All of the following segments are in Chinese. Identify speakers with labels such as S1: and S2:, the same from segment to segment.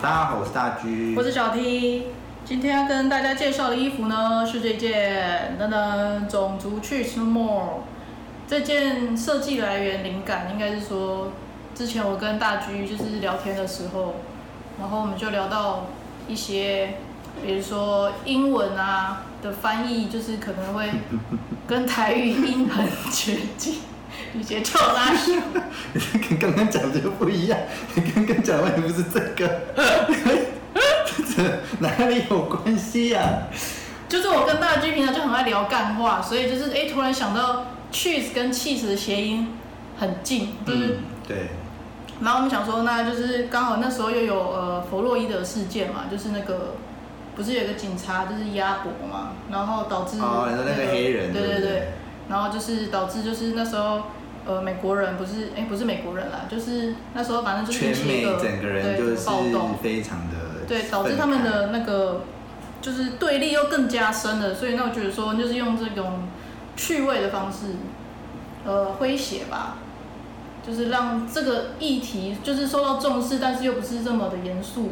S1: 大家好，我是大居。
S2: 我是小 T。今天要跟大家介绍的衣服呢是这件噔噔种族去 s n o more。这件设计来源灵感应该是说，之前我跟大居就是聊天的时候，然后我们就聊到一些，比如说英文啊的翻译，就是可能会跟台语音很接近，有些臭拉手。
S1: 跟刚刚讲的就不一样，刚刚讲的不是这个，这哪里有关系啊呀、
S2: 就是我跟大 G 平常就很爱聊干话，所以就是哎、诶突然想到 cheese 跟 cheese 的谐音很近，就是、
S1: 嗯，对，
S2: 然后我们想说，那就是刚好那时候又有呃弗洛伊德事件嘛，就是那个不是有个警察就是鸭脖嘛，然后导致、
S1: 哦你说那个黑人
S2: 对
S1: 对不
S2: 对
S1: 对
S2: 对，然后就是导致就是那时候呃美国人不是哎、不是美国人啦，就是那时候反正就是引
S1: 全
S2: 起
S1: 美
S2: 一个
S1: 整个人
S2: 对
S1: 就是
S2: 暴动，
S1: 非常的
S2: 对，导致他们的那个就是对立又更加深了，所以那我觉得说就是用这种趣味的方式，呃，诙谐吧，就是让这个议题就是受到重视，但是又不是这么的严肃，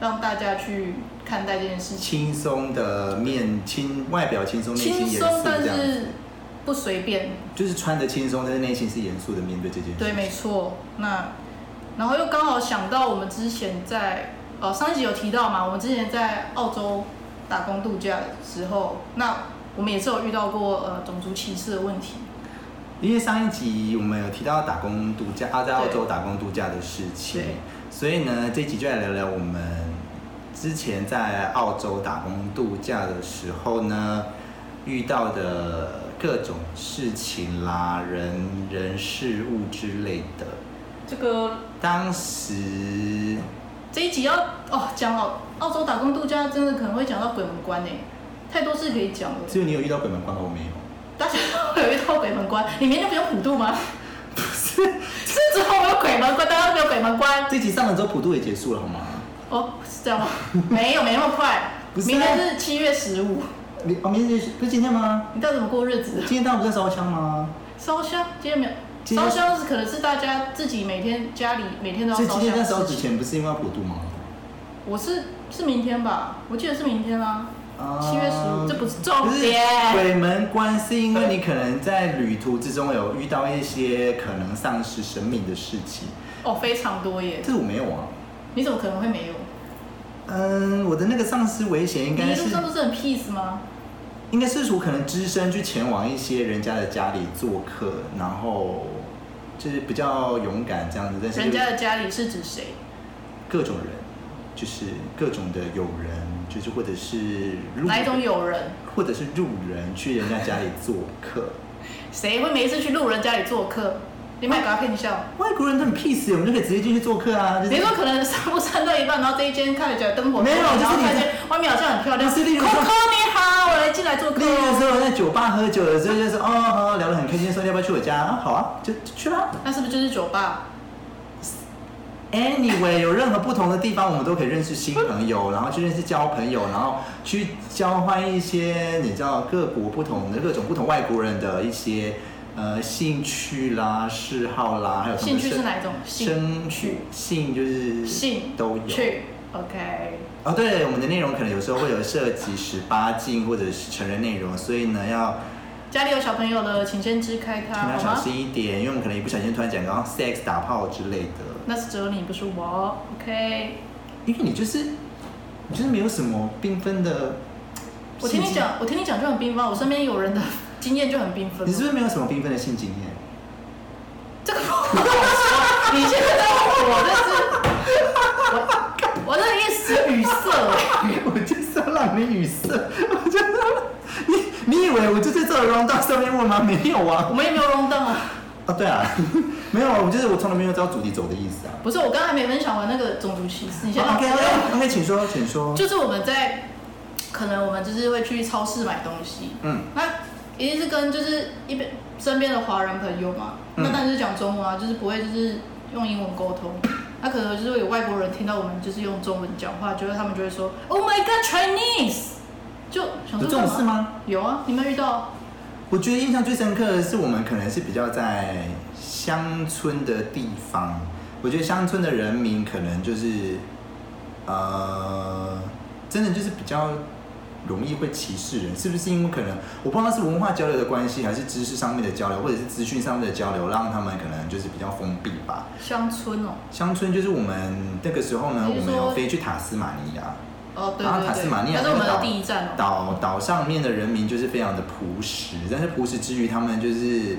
S2: 让大家去看待这件事情，
S1: 轻松的面，轻外表轻松，内心
S2: 轻
S1: 严
S2: 松
S1: 肃
S2: 但
S1: 这样子
S2: 是，不随便，
S1: 就是穿的轻松，但是内心是严肃的面对这件事。
S2: 对，没错。那然后又刚好想到我们之前在呃上一集有提到嘛，我们之前在澳洲打工度假的时候，那我们也是有遇到过呃种族歧视的问题。
S1: 因为上一集我们有提到打工度假啊，在澳洲
S2: 对
S1: 打工度假的事情
S2: 对，
S1: 所以呢，这集就来聊聊我们之前在澳洲打工度假的时候呢，遇到的各种事情啦、人人事物之类的。
S2: 这个
S1: 当时
S2: 这一集要哦讲澳澳洲打工度假，真的可能会讲到鬼门关呢、太多事可以讲了。
S1: 只有你有遇到鬼门关吗？我没 有。
S2: 大家都有遇到鬼门关，里面就不用普渡吗？不是，是之后没有鬼门关，大家都没有鬼门关。
S1: 这集上了之后，普渡也结束了，好吗？
S2: 哦，是这样吗？没有，没那么快。
S1: 不是啊
S2: 明天是七月十五，
S1: 你哦，明天是不是今天吗？
S2: 你到底怎么过日子？
S1: 今天当然不是在烧香吗？
S2: 烧香，今天没有。
S1: 今天
S2: 烧香是可能是大家自己每天家里每天都要
S1: 所以
S2: 烧
S1: 今天
S2: 香
S1: 在
S2: 的
S1: 烧
S2: 事
S1: 之
S2: 情。
S1: 前不是因为要普渡吗？
S2: 我是是明天吧，我记得是明天啊，
S1: 啊
S2: 七月十五，这不是
S1: 不
S2: 重
S1: 是
S2: 点。
S1: 鬼门关是因为你可能在旅途之中有遇到一些可能丧失生命的事情，
S2: 哦，非常多耶，
S1: 这我没有啊。
S2: 你怎么可能会没有？
S1: 嗯，我的那个丧失危险应
S2: 你
S1: 该
S2: 一
S1: 是
S2: 路上都是很 peace 吗？
S1: 应该是我可能只身去前往一些人家的家里做客，然后就是比较勇敢这样子，但是
S2: 人
S1: 就
S2: 家的家里是指谁？
S1: 各种人，就是各种的友人，就是或者是路
S2: 哪一种友人？
S1: 或者是路人去人家家里做客。
S2: 谁会每一次去路人家里做客？你卖给他骗笑。
S1: 外国人都很 peace，我们就可以直接进去做客啊。就是
S2: 你说可能散步散到一半，然后这一间看了觉得灯火通
S1: 没有
S2: 明然后
S1: 就是你
S2: 看见外面好像很漂亮。
S1: 不是例如说
S2: Coco 你好，我来进来做客
S1: 例。如说在酒吧喝酒的时候，就是哦哦聊得很开心，说要不要去我家啊？好啊，就就去吧。
S2: 那是不是就是酒吧？
S1: Anyway，有任何不同的地方，我们都可以认识新朋友，然后去认识交朋友，然后去交换一些你知道各国不同的各种不同外国人的一些呃兴趣啦、嗜好啦，还有他们
S2: 兴趣
S1: 生
S2: 是哪一种？兴
S1: 生趣性就是
S2: 兴
S1: 都有。
S2: 趣。OK，
S1: 哦，对，我们的内容可能有时候会有涉及十八禁或者是成人内容，所以呢要
S2: 家里有小朋友的，请先支开他，
S1: 请他
S2: 好
S1: 小
S2: 吗？
S1: 心一点，因为我们可能一不小心突然讲到 sex 打炮之类的，
S2: 那是只有你，不是我。OK，
S1: 因为你就是你就是没有什么缤纷的。
S2: 我听你
S1: 性经，
S2: 讲，我听你讲就很缤纷，我身边有人的经验就很缤纷。
S1: 你是不是没有什么缤纷的性经验？
S2: 这个不好说，你现在在问我，这是我我这一时语塞。
S1: 我就是要让你语塞，我就是要让你你以为我就在这个 round 上面问吗？没有啊
S2: 我。们也没有 round down 啊。
S1: 啊，对啊， 没有，啊，我就是我从来没有照主题走的意思啊。
S2: 不是，我刚才还没分享完那个种族歧视，你先让我
S1: OK OK OK，请说，请说。
S2: 就是我们在，可能我们就是会去超市买东西，
S1: 嗯，
S2: 那一定是跟就是一边身边的华人朋友嘛，
S1: 嗯
S2: 那当然是讲中文啊，就是不会就是用英文沟通。那可能就是会有外国人听到我们就是用中文讲话，觉得他们就会说 “Oh my God Chinese”，就想说
S1: 有这种
S2: 干嘛
S1: 事吗？
S2: 有啊，你们遇到
S1: 我觉得印象最深刻的是，我们可能是比较在乡村的地方。我觉得乡村的人民可能就是呃，真的就是比较容易会歧视人，是不是因为可能我不知道是文化交流的关系，还是知识上面的交流，或者是资讯上面的交流，让他们可能就是比较封闭吧。
S2: 乡村哦，
S1: 乡村就是我们那个时候呢，
S2: 比
S1: 我
S2: 如
S1: 们
S2: 说
S1: 有飞去塔斯马尼亚
S2: 哦对
S1: 然后
S2: 对
S1: 啊塔斯马尼
S2: 对，
S1: 亚
S2: 那是我们
S1: 那个
S2: 的
S1: 岛
S2: 第一站哦。
S1: 岛岛上面的人民就是非常的朴实，但是朴实之余，他们就是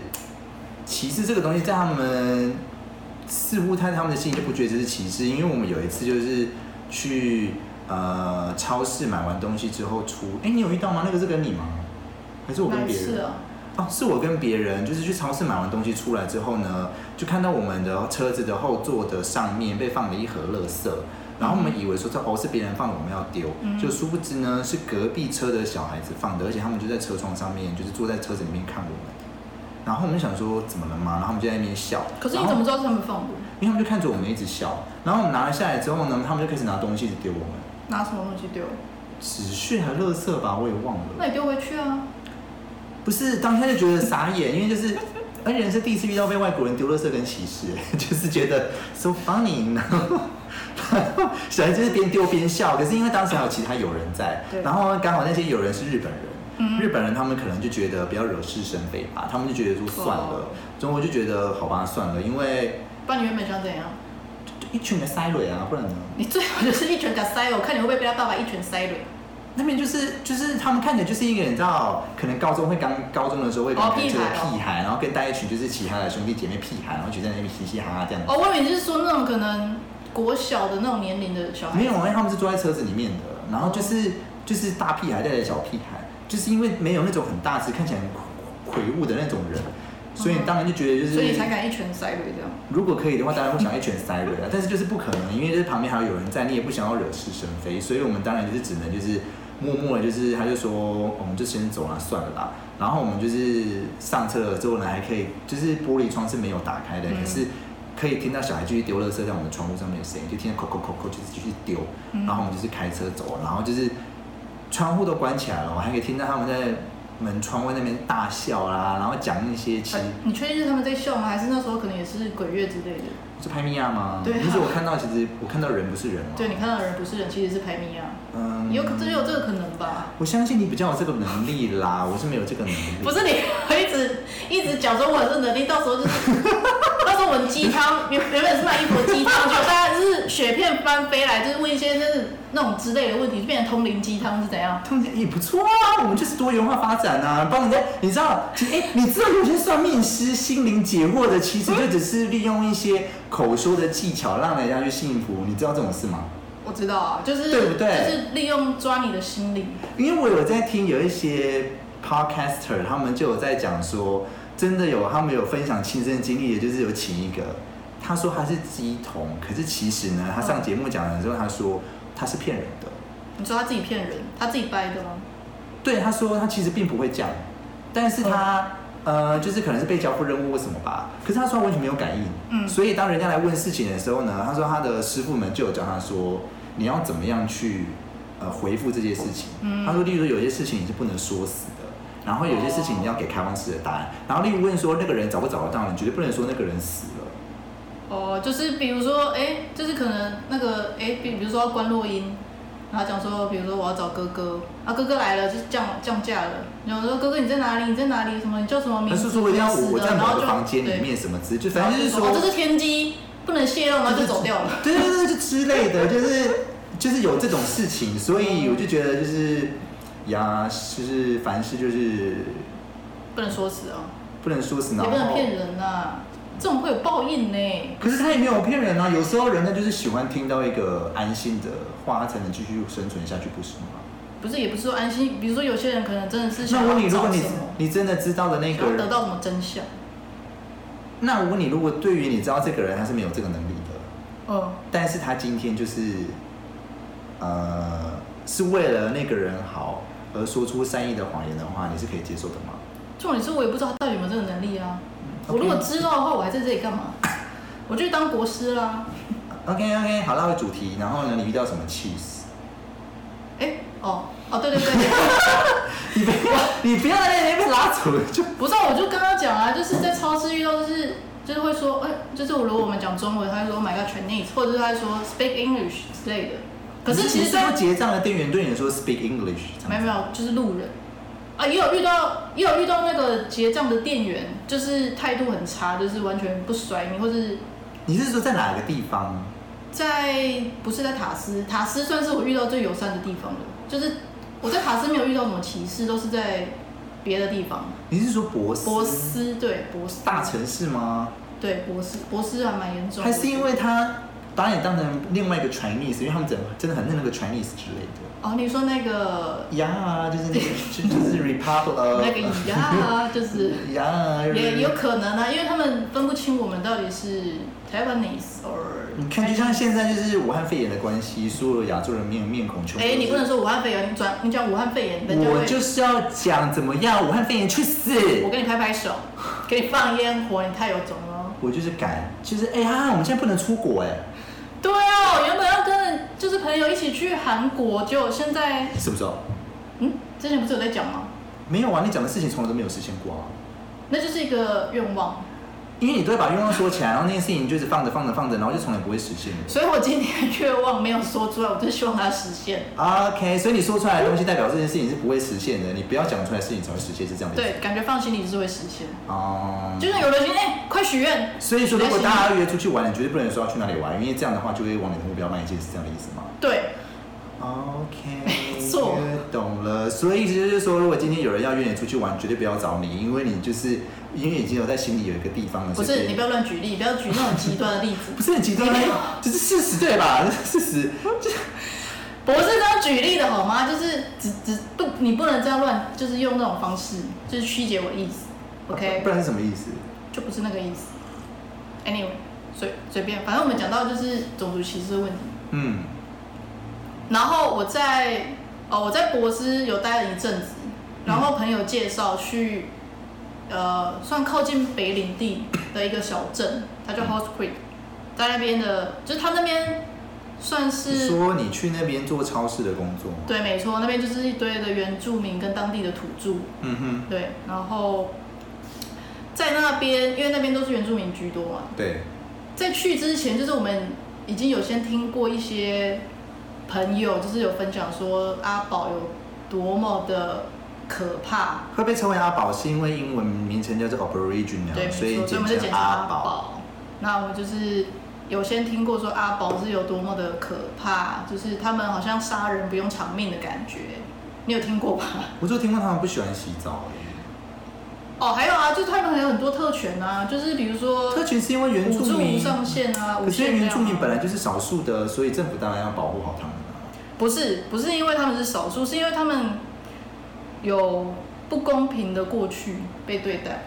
S1: 歧视这个东西，在他们似乎在他们的心里就不觉得这是歧视，因为我们有一次就是去呃超市买完东西之后出，哎、你有遇到吗？那个是跟你吗？还是我
S2: 哪
S1: 跟
S2: 一
S1: 别人？
S2: 次啊？
S1: 哦，是我跟别人，就是去超市买完东西出来之后呢，就看到我们的车子的后座的上面被放了一盒垃圾，然后我们以为说这哦是别人放的，我们要丢，
S2: 嗯
S1: 就殊不知呢是隔壁车的小孩子放的，而且他们就在车窗上面，就是坐在车子里面看我们。然后我们就想说怎么了嘛，然后他们就在那边笑。
S2: 可是
S1: 然
S2: 你
S1: 后
S2: 怎么知道是他们放的？
S1: 因为他们就看着我们一直笑，然后我们拿了下来之后呢，他们就开始拿东西一直丢我们，
S2: 拿什么东西丢？
S1: 纸屑还垃圾吧，我也忘了。
S2: 那你丢回去啊。
S1: 不是当下就觉得傻眼，因为就是， 而且人生第一次遇到被外国人丢垃圾跟歧视， 就是觉得 so funny，然后 小孩就是边丢边笑，可是因为当时还有其他友人在
S2: 对，
S1: 然后刚好那些友人是日本人。
S2: 嗯
S1: 日本人他们可能就觉得不要惹是生非吧，他们就觉得说算
S2: 哦
S1: 了，中国就觉得好吧算了，因为
S2: 不然你原本想怎样？
S1: 就一群人塞蕊啊，不然呢？
S2: 你最好就是一拳给他塞了，我看你会不会被他爸爸一拳塞了。
S1: 那边就是就是他们看起来就是一个你知道，可能高中会刚高中的时候会刚
S2: 哦
S1: 开
S2: 屁
S1: 车的
S2: 孩哦
S1: 屁孩，然后跟带一群就是其他的兄弟姐妹屁孩，然后就在那边嘻嘻哈哈这样。
S2: 哦，我以为你是说那种可能国小的那种年龄的小孩。
S1: 没有，因为他们是坐在车子里面的，然后就是就是大屁孩带着小屁孩，就是因为没有那种很大只看起来很魁梧的那种人，所以你当然就觉得就是，
S2: 嗯所以你才敢一拳塞了这样。
S1: 如果可以的话，当然会想一拳塞人啊，但是就是不可能，因为就是旁边还有人在，你也不想要惹是生非，所以我们当然就是只能就是默默的，就是他就说我们就先走了，算了啦。然后我们就是上车了之后呢，还可以就是玻璃窗是没有打开的，
S2: 嗯
S1: 可是可以听到小孩继续丢垃圾在我们窗户上面的声音，就听到扣扣扣扣就是继续丢，
S2: 嗯
S1: 然后我们就是开车走，然后就是窗户都关起来了，我还可以听到他们在门窗外那边大笑啦，然后讲一些奇
S2: 哎你确定是他们在笑吗？还是那时候可能也是鬼月之类的？
S1: 是拍米亚吗？
S2: 对啊
S1: 就是我看到，其实我看到人不是人嘛。
S2: 对，你看到的人不是人，其实是排米啊，
S1: 嗯，
S2: 有只有这个可能吧？
S1: 我相信你比较有这个能力啦，我是没有这个能力。
S2: 不，是你 一直一直讲说我有这能力，到时候就是 到时候我的鸡汤原原本是卖一坨鸡汤，就大家就是雪片翻飞来，就是问一些就是那种之类的问题，就变成通灵鸡汤是怎样？
S1: 他们也不错啊，我们就是多元化发展啊，帮人家，你知道，其实哎、你知道有些算命师心灵解惑的，其实就只是利用一些口说的技巧让人家去信服，你知道这种事吗？
S2: 我知道啊，就是
S1: 对不对
S2: 就是利用抓你的心理，
S1: 因为我有在听有一些 podcaster，他们就有在讲说，真的有他们有分享亲身经历的，就是有请一个，他说他是鸡童，可是其实呢，他上节目讲的时候，他说他是骗人的，
S2: 你说他自己骗人，他自己掰的吗？
S1: 对，他说他其实并不会讲，但是
S2: 嗯
S1: 他。呃，就是可能是被交付任务或什么吧，可是他说他完全没有感应，
S2: 嗯
S1: 所以当人家来问事情的时候呢，他说他的师傅们就有教他说，你要怎么样去呃回复这些事情，
S2: 嗯哦
S1: 他说，例如说有些事情你是不能说死的，然后有些事情你要给开放式的答案，然后例如问说那个人找不找得到，你绝对不能说那个人死了。
S2: 哦，就是比如说，哎、就是可能那个，哎、比比如说要关录音，然后讲说，比如说我要找哥哥，啊，哥哥来了，就是降降价了，然后说哥哥你在哪里？你在哪里？什哦么？你叫什么名
S1: 他
S2: 字？
S1: 是说一定要
S2: 什
S1: 我
S2: 么
S1: 我
S2: 死
S1: 在
S2: 的
S1: 某个房间里，面什么之，就
S2: 然
S1: 反
S2: 后
S1: 正
S2: 就
S1: 就是
S2: 对
S1: 说
S2: 然后就说哦，这是天机，不能泄露，然后就走掉了。
S1: 对对对，就之类的，就是就是有这种事情，所以我就觉得就是呀，就是凡事就是
S2: 不能说死哦，
S1: 不能说死，
S2: 也
S1: 然
S2: 不能
S1: 后
S2: 骗人呐、啊这种会有报应呢。
S1: 可是他也没有骗人啊，有时候人呢就是喜欢听到一个安心的话，他才能继续生存下去，不是吗？
S2: 不是，也不是说安心，比如说有些人可能真的是
S1: 那
S2: 想
S1: 我
S2: 要
S1: 问你，如果
S2: 找
S1: 你
S2: 什么，
S1: 你真的知道的那
S2: 想
S1: 个
S2: 要得
S1: 人，
S2: 到什么真相，
S1: 那我问你，如果对于你知道这个人他是没有这个能力的，
S2: 嗯。
S1: 但是他今天就是，呃，是为了那个人好而说出善意的谎言的话，你是可以接受的吗？
S2: 重点是我也不知道他到底有没有这个能力啊。
S1: 嗯
S2: 我如果
S1: OK
S2: 知道的话，我还在这里干嘛？ 我就去当国师啊啦。
S1: OK OK，好，拉回主题。然后呢，你遇到什么 cheese？
S2: 哎、哦哦，对对对，
S1: 你不要， 你不要在那边被拉扯，就
S2: 不是啊，我就跟他讲啊，就是在超市遇到就是。就是会 Oh 说，哎、就是我如果我们讲中文，他就说 “My God Chinese”，或者是他说 “Speak English” 之类的，可是其实
S1: 你
S2: 在
S1: 不结账的店员对你说 speak English，这
S2: 没
S1: 样
S2: 有没
S1: 子
S2: 有，就是路人啊，也有遇到也有遇到那个结账的店员，就是态度很差，就是完全不甩你，或是
S1: 你是说在哪个地方？
S2: 在不是在塔斯，塔斯算是我遇到最友善的地方了。就是我在塔斯没有遇到什么歧视，都是在别的地方。
S1: 你是说博斯？
S2: 博斯对博斯
S1: 大城市吗？
S2: 对博斯博斯还蛮严重的，
S1: 还是因为他把你当成另外一个 Chinese，因为他们整真的很认那个 Chinese 之类的。
S2: 哦你说那个
S1: 呀，就是那 个就就是 Republic
S2: 那个一 样啊，就是。
S1: 呀，
S2: 也有可能啊，因为他们分不清我们到底是 Taiwanese or
S1: 你看，就像现在就是武汉肺炎的关系，所有亚洲人面面孔全部。
S2: 哎、你不能。说武汉肺炎，你转你讲武汉肺炎，人家会
S1: 我就是要讲怎么样，武汉肺炎去死！
S2: 我给你拍拍手，给你放烟火，你太有种了。
S1: 我就是敢，就是哎呀、我们现在不能出国哎、
S2: 对啊，我原本要跟就是朋友一起去韩国，结果现在
S1: 是不是哦？
S2: 嗯，之前不是有在讲吗？
S1: 没有啊，你讲的事情从来都没有实现过啊，
S2: 那就是一个愿望，
S1: 因为你都会把愿望说起来，然后那件事情就是放着放着放着，然后就从来不会实现的。
S2: 所以我今天愿望没有说出来，我就希望它实现。
S1: OK，所以你说出来的东西代表这件事情是不会实现的，你不要讲出来事情才会实现，是这样的意思。
S2: 对，感觉放心里是会实现。
S1: 哦、
S2: 就像有的人哎、快许愿，
S1: 所以说，如果大家要约出去玩，你绝对不能说要去哪里玩，因为这样的话就会往你的目标迈进，是这样的意思吗？
S2: 对，
S1: OK，
S2: 没错
S1: 懂了。所以就是说，如果今天有人要约你出去玩，绝对不要找你，因为你就是因为已经有在心里有一个地方了。
S2: 不
S1: 所
S2: 是
S1: 以
S2: 你不要乱举例，不要举那种极端的例子。
S1: 不是很极端
S2: 你没有，
S1: 就是事实对吧？事实
S2: 不是这样举例的好吗？就是只只不你不能这样乱，就是用那种方式，就是曲解我的意思，OK？
S1: 不然是什么意思？
S2: 就不是那个意思。Anyway，随随便，反正我们讲到就是种族歧视的问题。
S1: 嗯，
S2: 然后我在哦，我在博斯有待了一阵子，然后朋友介绍去，呃，算靠近北领地的一个小镇，它叫 Horse Creek，在那边的，就是它那边算是
S1: 说你去那边做超市的工作吗？
S2: 对，没错，那边就是一堆的原住民跟当地的土著，
S1: 嗯
S2: 对，然后在那边，因为那边都是原住民居多嘛，
S1: 哼，对，
S2: 在去之前，就是我们已经有先听过一些朋友，就是有分享说阿宝有多么的可怕，
S1: 会被称为阿宝是因为英文名称叫做
S2: 对，没
S1: Aboriginal，
S2: 错，
S1: 嗯所
S2: 所以
S1: 以
S2: 我
S1: 简
S2: 们就
S1: 称
S2: 简称阿
S1: 阿宝。
S2: 宝。那我们就是有先听过说阿宝是有多么的可怕，就是他们好像杀人不用偿命的感觉，你有听过吧？
S1: 我就听过他们不喜欢洗澡而已。
S2: 哦，还有啊，就是他们还有很多特权啊，就是比如说
S1: 特权是因为原
S2: 补
S1: 住
S2: 助无
S1: 民，
S2: 上限啊，无
S1: 可是因
S2: 限
S1: 为
S2: 量
S1: 原
S2: 啊
S1: 住民本来就是少数的，所以政府当然要保护好他们啊。
S2: 不是不是因为他们是少数，是因为他们有不公平的过去被对待，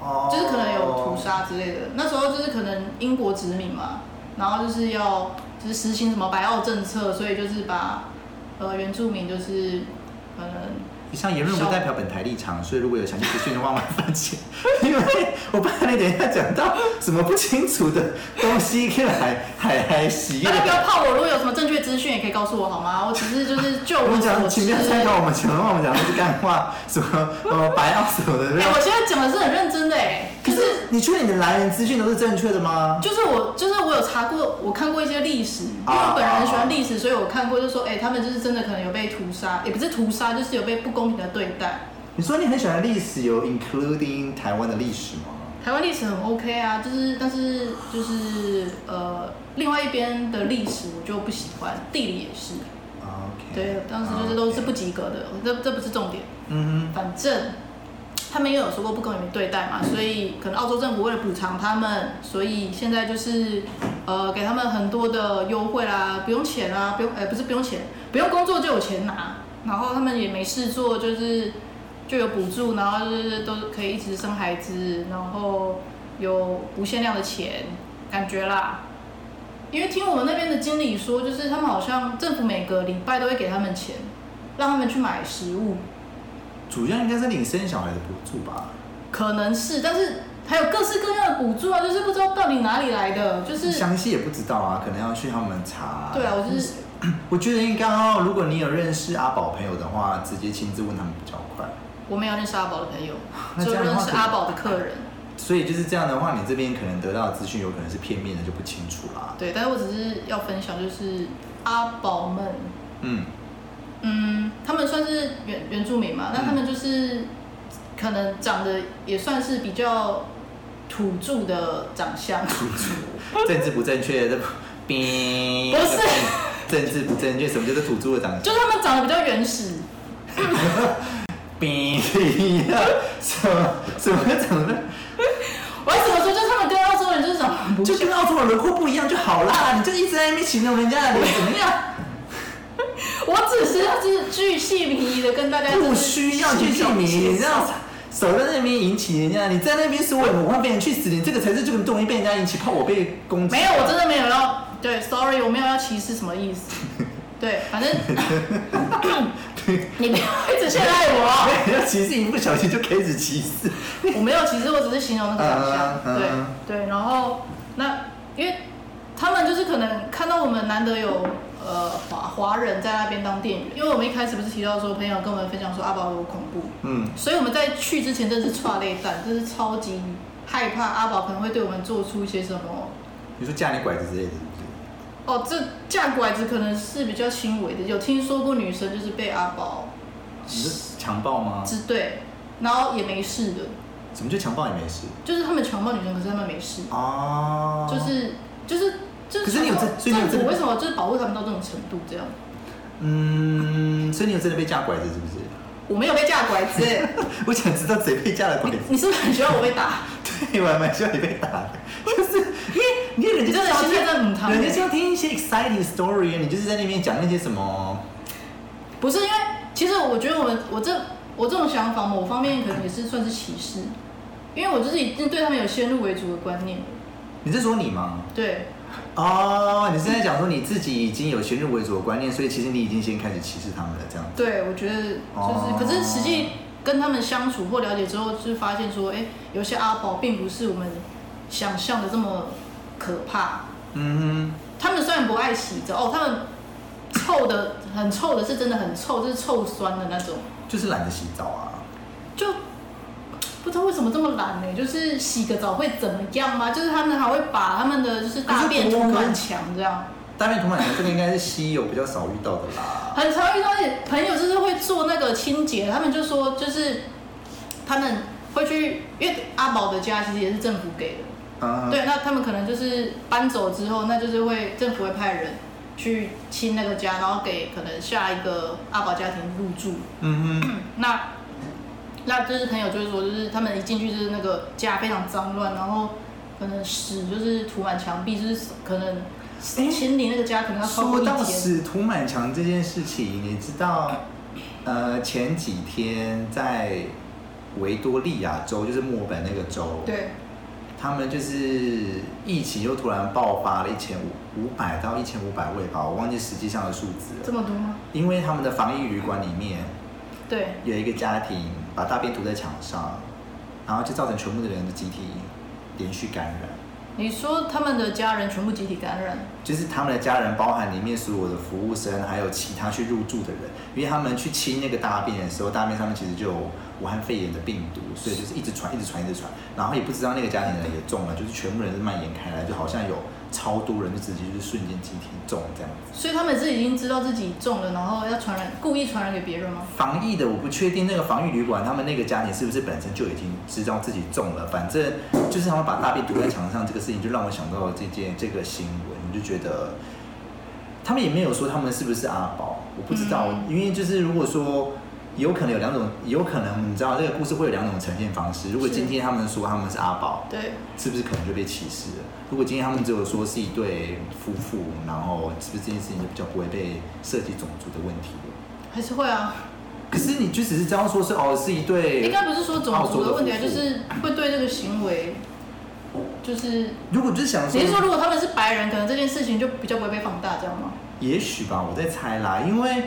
S1: 哦
S2: 就是可能有屠。杀之类的。那时候就是可能英国殖民嘛，然后就是要就是实行什么白澳政策，所以就是把呃原住民就是可能
S1: 以上言论不代表本台立场，所以如果有详细资讯的话，麻烦请。因为我怕你等一下讲到什么不清楚的东西，可以来海来洗
S2: 大家不
S1: 了。
S2: 要怕我，如果有什么正确资讯也可以告诉我好吗？我只是就是就
S1: 我
S2: 我
S1: 们讲，
S2: 所
S1: 请
S2: 知
S1: 不要参考我们讲的话，我们讲的是干话，什么呃白奥什么的。
S2: 哎、我现在讲的是很认真的哎、可是
S1: 你确定你的来源资讯都是正确的吗？
S2: 就是我就是我有查过，我看过一些历史，因为
S1: 啊
S2: 我本人很喜欢历史，所以我看过就说，哎、他们就是真的可能有被屠杀，也不是屠杀，就是有被不公平的对待。
S1: 你说你很喜欢历史，有 including 台湾的历史吗？
S2: 台湾历史很 OK 啊，就是但是就是呃，另外一边的历史我就不喜欢，地理也是，
S1: 啊 OK，
S2: 对，当时就是都是不及格的，这这不是重点。
S1: 嗯
S2: 反正他们也有说过不公平对待嘛，所以可能澳洲政府为了补偿他们，所以现在就是呃给他们很多的优惠啦，不用钱啦，不用呃不是不用钱，不用工作就有钱拿，然后他们也没事做，就是就有补助，然后就是都可以一直生孩子，然后有无限量的钱，感觉啦。因为听我们那边的经理说，就是他们好像政府每个礼拜都会给他们钱，让他们去买食物，
S1: 哼，主要应该是领生小孩的补助吧？
S2: 可能是，但是还有各式各样的补助啊，就是不知道到底哪里来的，就是
S1: 详细也不知道啊，可能要去他们查。嗯
S2: 对啊，我就是
S1: 我觉得应该哦，如果你有认识阿宝朋友的话，直接亲自问他们比较快。
S2: 我没有认识阿宝的朋友，
S1: 那
S2: 只
S1: 这样
S2: 有
S1: 的
S2: 认
S1: 话
S2: 识阿宝的客人，
S1: 所以就是这样的话，你这边可能得到的资讯有可能是片面的，就不清楚啦。
S2: 对，但是我只是要分享，就是阿宝们，
S1: 嗯
S2: 嗯，他们算是原原住民
S1: 嗯
S2: 嘛，那他们就是可能长得也算是比较土著的长相，
S1: 政治不 正确的，哔，
S2: 不是，
S1: 政治不正确，什么叫做土著的长相？
S2: 就是他们长得比较原始，
S1: 哔，什么什么长得
S2: 我要怎么说？就是他们跟澳洲人就是长得不
S1: 就
S2: 像
S1: 跟澳洲人轮廓不一样就好啦，你就一直在那边形容人家的脸怎么样？
S2: 我只是就是巨细靡遗的跟大家
S1: 不需要去证明，你
S2: 知
S1: 这样手在那边引起人家，你在那边说我我会被人去死，你这个才是这个东西被人家引起，怕我被 攻击。
S2: 没有，我真的没有要对，sorry，我没有要歧视什么意 思。对，反正你不要一直陷害我，啊
S1: 没有，歧视一不小心就开始歧视。
S2: 我没有歧视，我只是形容那个
S1: 嗯
S2: 长
S1: 嗯
S2: 相。对
S1: 嗯
S2: 对，然后那因为他们就是可能看到我们难得有呃华华人在那边当店员，因为我们一开始不是提到说朋友跟我们分享说阿宝有恐怖，
S1: 嗯，
S2: 所以我们在去之前真的是差泪蛋，真是超级害怕阿宝可能会对我们做出一些什么。
S1: 你说架你拐子之类的，嗯
S2: 哦，这架拐子可能是比较轻微的，有听说过女生就是被阿宝
S1: 你是强暴吗？
S2: 支对，然后也没事的，
S1: 怎么就强暴也没事？
S2: 就是他们强暴女生，可是他们没事，
S1: 哦，
S2: 就是就是就是。
S1: 可是你有
S2: 政
S1: 这所以你有这
S2: 政府
S1: 个
S2: 为什么就是保护他们到这种程度这样？
S1: 嗯，所以你有真的被架拐子是不是？
S2: 我没有被架拐子，
S1: 我想知道谁被架了拐子
S2: 你，你是不是很喜欢我被打？
S1: 对，我还蛮希望你被打的， 就是因为因为人家
S2: 你真
S1: 是
S2: 的
S1: 要
S2: 心态
S1: 听
S2: 真的很长
S1: 人家是要听一些 exciting story，你就是在那边讲那些什么。
S2: 不是因为，其实我觉得我们我这我这种想法，某方面可能也是算是歧视，因为我就是已经对他们有先入为主的观念了。
S1: 你是说你吗？
S2: 对，
S1: 哦，你是在讲说你自己已经有先入为主的观念，所以其实你已经先开始歧视他们了，这样。
S2: 对，我觉得就是，
S1: 哦
S2: 可是实际跟他们相处或了解之后，就是发现说，哎、有些阿宝并不是我们想象的这么可怕。
S1: 嗯
S2: 他们虽然不爱洗澡，哦，他们臭的很臭的是真的很臭，就是臭酸的那种，
S1: 哼，就是懒得洗澡啊。
S2: 就不知道为什么这么懒呢、欸就是洗个澡会怎么样吗？就是他们还会把他们的就是大便
S1: 可是多
S2: 涂
S1: 吗
S2: 满墙这样。
S1: 大便涂满墙这个应该是稀有，比较少遇到的啦。
S2: 很常遇到朋友就是会做那个清洁，他们就说就是他们会去，因为阿宝的家其实也是政府给的，
S1: 嗯，
S2: 对，那他们可能就是搬走之后，那就是会政府会派人去清那个家，然后给可能下一个阿宝家庭入住。
S1: 嗯哼，
S2: 那那就是朋友就是说，就是他们一进去就是那个家非常脏乱，然后可能屎就是涂满墙壁，就是可能
S1: 诶
S2: 清理那个家可能要超过
S1: 说
S2: 一
S1: 到
S2: 天。
S1: 屎涂满墙这件事情，你知道，呃，前几天在维多利亚州，就是墨尔本那个州，
S2: 对，
S1: 他们就是疫情又突然爆发了一千五五百到一千五百位吧，我忘记实际上的数字
S2: 这
S1: 了。
S2: 么多吗？
S1: 因为他们的防疫旅馆里面
S2: 对。
S1: 有一个家庭把大便涂在墙上，然后就造成全部的人的集体连续感染，
S2: 你说他们的家人全部集体感染，
S1: 就是他们的家人，包含里面所有的服务生，还有其他去入住的人，因为他们去清那个大便的时候，大便上面其实就有武汉肺炎的病毒，所以就是一直传，一直传，一直传，然后也不知道那个家庭的人也中了，就是全部人是蔓延开来，就好像有超多人就直接就是瞬间集体中这样子。
S2: 所以他们是已经知道自己中了，然后要传染，故意传染给别人吗？
S1: 防疫的我不确定那个防疫旅馆他们那个家庭是不是本身就已经知道自己中了，反正就是他们把大便涂在墙上这个事情，就让我想到了这件这个新闻，你就觉得他们也没有说他们是不是阿宝，我不知道，
S2: 嗯
S1: 因为就是如果说。有可能有两种，有可能你知道这个故事会有两种呈现方式。如果
S2: 是
S1: 今天他们说他们是阿宝，
S2: 对，
S1: 是不是可能就被歧视了？如果今天他们只啊有说是一对夫妇，然后是不是这件事情就比较不会被涉及种族的问题了？
S2: 还是会啊，
S1: 可是你就只是这样说是哦，是一对。
S2: 应该不是说种族的问题啊，
S1: 澳洲的夫妇
S2: 就是会对这个行为，就是
S1: 如果就是想
S2: 只
S1: 说，
S2: 是说如果他们是白人，可能这件事情就比较不会被放大，这样吗？
S1: 也许吧，我在猜啦，因为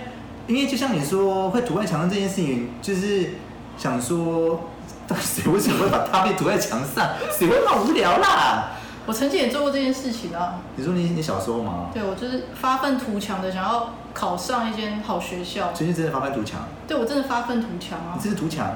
S1: 因为就像你说会涂在墙上这件事情，就是想说，到底谁为什么会把大便涂在墙上？谁会那么无聊啦？
S2: 我曾经也做过这件事情啊，
S1: 你说你你小时候吗？
S2: 对我就是发愤图强的想要考上一间好学校，
S1: 所以就真的翻翻涂墙，
S2: 对我真的发愤图强啊
S1: 你，真的涂墙？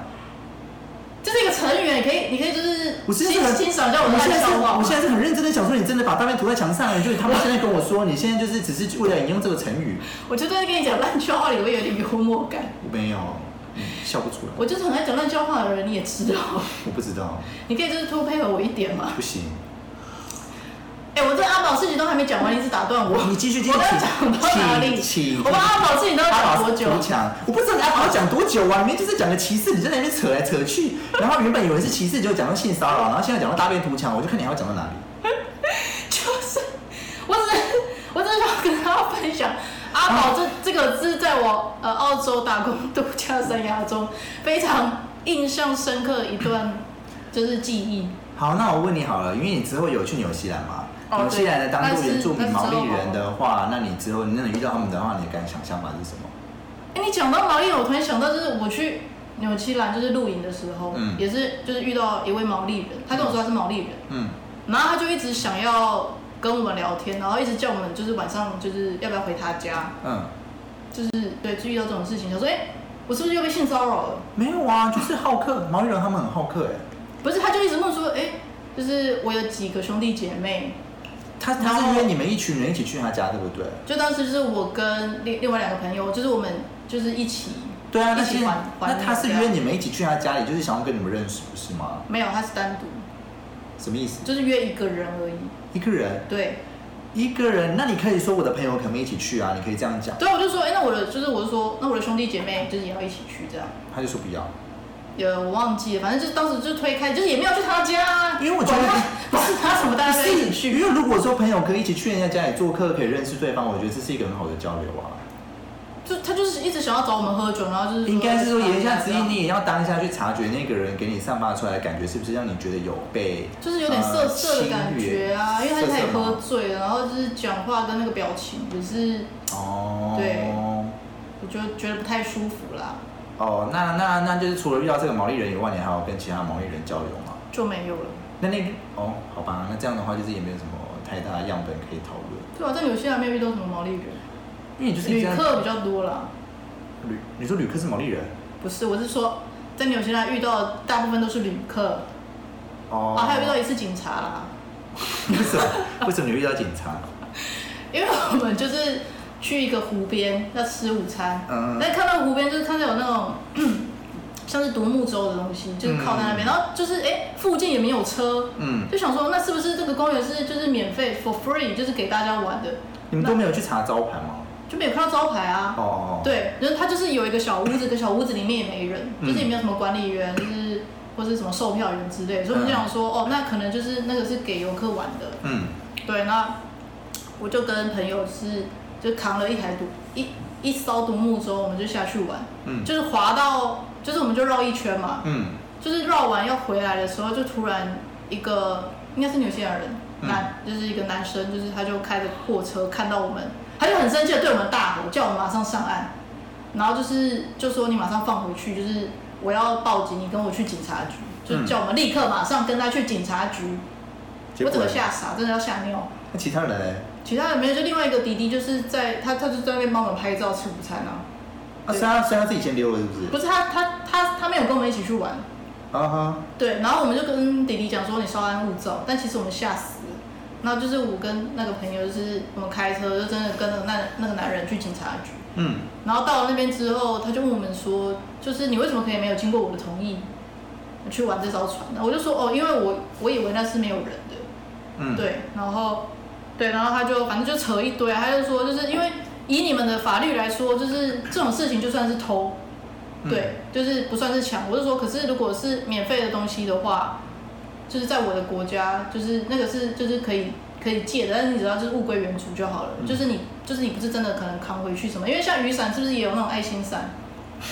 S2: 这是一个成成语，你可以，你可以就是
S1: 我现在
S2: 欣
S1: 是很
S2: 欣赏一下我
S1: 我
S2: 们
S1: 现
S2: 的
S1: 在是
S2: 笑话
S1: 我
S2: 嘛。
S1: 现在是很认真的想说，你真的把大便涂在墙上了，就是他们现在跟我说，你现在就是只是为了引用这个成语，
S2: 我就在跟你讲烂笑话，你会有点幽默感。
S1: 我没有，嗯笑不出来，
S2: 我就是很爱讲烂笑话的人，你也知道。
S1: 我不知道，
S2: 你可以就是多配合我一点嘛。
S1: 不行，
S2: 哎、我这阿宝事情都还没讲完，你一直打断我。
S1: 你继续继续
S2: 我刚讲到哪
S1: 请
S2: 里
S1: 请？
S2: 我把阿宝事情都要
S1: 阿
S2: 讲
S1: 宝
S2: 多久？
S1: 涂墙，我不知道你阿宝要讲多久啊！你们就是讲个歧视，你就在那边扯来扯去。然后原本以为是歧视，就讲到性骚扰，然后现在讲到大便涂墙，我就看你还要讲到哪里。
S2: 就是，我只是我只是想跟大家分享，阿宝这、这个是在我呃澳洲打工度假生涯中非常印象深刻的一段就是记忆。
S1: 好，那我问你好了，因为你之后有去纽西兰嘛？
S2: 哦
S1: 纽西兰的当
S2: 对
S1: 地原住民
S2: 但是
S1: 毛
S2: 但是
S1: 利人的话，那你之后那你遇到他们的话，你的感想想法是什么？
S2: 哎、你讲到毛利人，我突然想到，就是我去纽西兰就是露营的时候，
S1: 嗯
S2: 也是就是遇到一位毛利人，他跟我说他是毛利人，
S1: 嗯，
S2: 然后他就一直想要跟我们聊天，然后一直叫我们就是晚上就是要不要回他家，
S1: 嗯，
S2: 就是对，就遇到这种事情，想说哎、我是不是又被性骚扰了？
S1: 没有啊，就是好客，毛利人他们很好客哎。
S2: 不是，他就一直问说，哎、就是我有几个兄弟姐妹，
S1: 他
S2: 然
S1: 他
S2: 后
S1: 是约你们一群人一起去他家，对不对？
S2: 就当时就是我跟另另外两个朋友，就是我们就是一起，
S1: 对啊，那
S2: 一起
S1: 些
S2: 玩玩
S1: 那他是
S2: 那个啊
S1: 约你们一起去他家里，就是想要跟你们认识，不是吗？
S2: 没有，他是单独，
S1: 什么意思？
S2: 就是约一个人而已。
S1: 一个人
S2: 对，
S1: 一个人，那你可以说我的朋友可能一起去啊，你可以这样讲。
S2: 对，我就说，哎、那我的就是我就说，那我的兄弟姐妹就是也要一起去这样。
S1: 他就说不要，
S2: 呃，我忘记了，反正就是当时就推开，就是也没有去他家、啊，
S1: 因为我觉得
S2: 管他管他什么，大家在一起
S1: 因
S2: 去。
S1: 为如果说朋友可以一起去人家家里做客，可以认识对方，我觉得这是一个很好的交流啊。
S2: 就他就是一直想要找我们喝酒，然后就是
S1: 应该是说言下之意，你
S2: 你
S1: 也要当下去察觉那个人给你散发出来的感觉，是不是让你觉得有被
S2: 就是有点涩涩的感觉啊，
S1: 呃
S2: 因为
S1: 侵略
S2: 他开始
S1: 涩涩
S2: 喝
S1: 吗
S2: 醉了，然后就是讲话跟那个表情也是，
S1: 哦，
S2: 对我就觉得不太舒服啦，
S1: 哦，那那那就是除了遇到这个毛利人以外，你还有跟其他毛利人交流吗？
S2: 就没有了。
S1: 那那个哦，好吧，那这样的话就是也没有什么太大的样本可以讨论，
S2: 对啊，在纽西兰没有遇到什么毛利人，
S1: 因为你就是
S2: 旅
S1: 这样
S2: 客比较多啦。
S1: 旅，你说旅客是毛利人
S2: 不是，我是说在纽西兰遇到的大部分都是旅客，
S1: 哦
S2: 啊，还有遇到一次警察啦，
S1: 为什么？为什么你会遇到警察？
S2: 因为我们就是去一个湖边要吃午餐，
S1: 嗯
S2: 但看到湖边就是看到有那种 像是独木舟的东西，就是靠在那边，然后就是哎、附近也没有车，
S1: 嗯，
S2: 就想说那是不是这个公园是就是免费 for free，就是给大家玩的，
S1: 你们都没有去查招牌吗？
S2: 就没有看到招牌啊。
S1: 哦哦，哦，
S2: 对，就是它就是有一个小屋子，个小屋子里面也没人，
S1: 嗯
S2: 就是也没有什么管理员，就是或是什么售票员之类的，所以我们就想说，哦，那可能就是那个是给游客玩的。
S1: 嗯
S2: 对，那我就跟朋友是就扛了一台独一一艘独木舟，我们就下去玩，
S1: 嗯
S2: 就是滑到，就是我们就绕一圈嘛，
S1: 嗯
S2: 就是绕完要回来的时候，就突然一个应该是纽西兰人
S1: 嗯
S2: 男，就是一个男生，就是他就开着货车看到我们，他就很生气的对我们大吼，叫我们马上上岸，然后就是就说你马上放回去，就是我要报警，你跟我去警察局，就
S1: 嗯
S2: 叫我们立刻马上跟他去警察局，
S1: 结
S2: 我
S1: 果
S2: 整个吓傻，真的要吓尿。
S1: 那其他人呢？
S2: 其他人没有，就另外一个弟弟就是在他他就在那边帮我们拍照吃午餐啊，
S1: 啊，
S2: 对
S1: 虽然虽然自己先溜了，是不
S2: 不
S1: 是？
S2: 是他他他他没有跟我们一起去玩，
S1: 啊哈，
S2: 对，然后我们就跟弟弟讲说你稍安勿躁，但其实我们吓死了。然后就是我跟那个朋友，就是我们开车就真的跟着那那个男人去警察局，
S1: 嗯，
S2: 然后到了那边之后，他就问我们说，就是你为什么可以没有经过我的同意去玩这艘船呢？我就说哦，因为我我以为那是没有人的，
S1: 嗯，
S2: 对，然后对，然后他就反正就扯一堆啊，他就说就是因为以你们的法律来说，就是这种事情就算是偷，
S1: 嗯
S2: 对，就是不算是抢。我是说，可是如果是免费的东西的话，就是在我的国家，就是那个是就是可以可以借的，但是你只要就是物归原主就好了。
S1: 嗯
S2: 就是你就是你不是真的可能扛回去什么，因为像雨伞是不是也有那种爱心伞？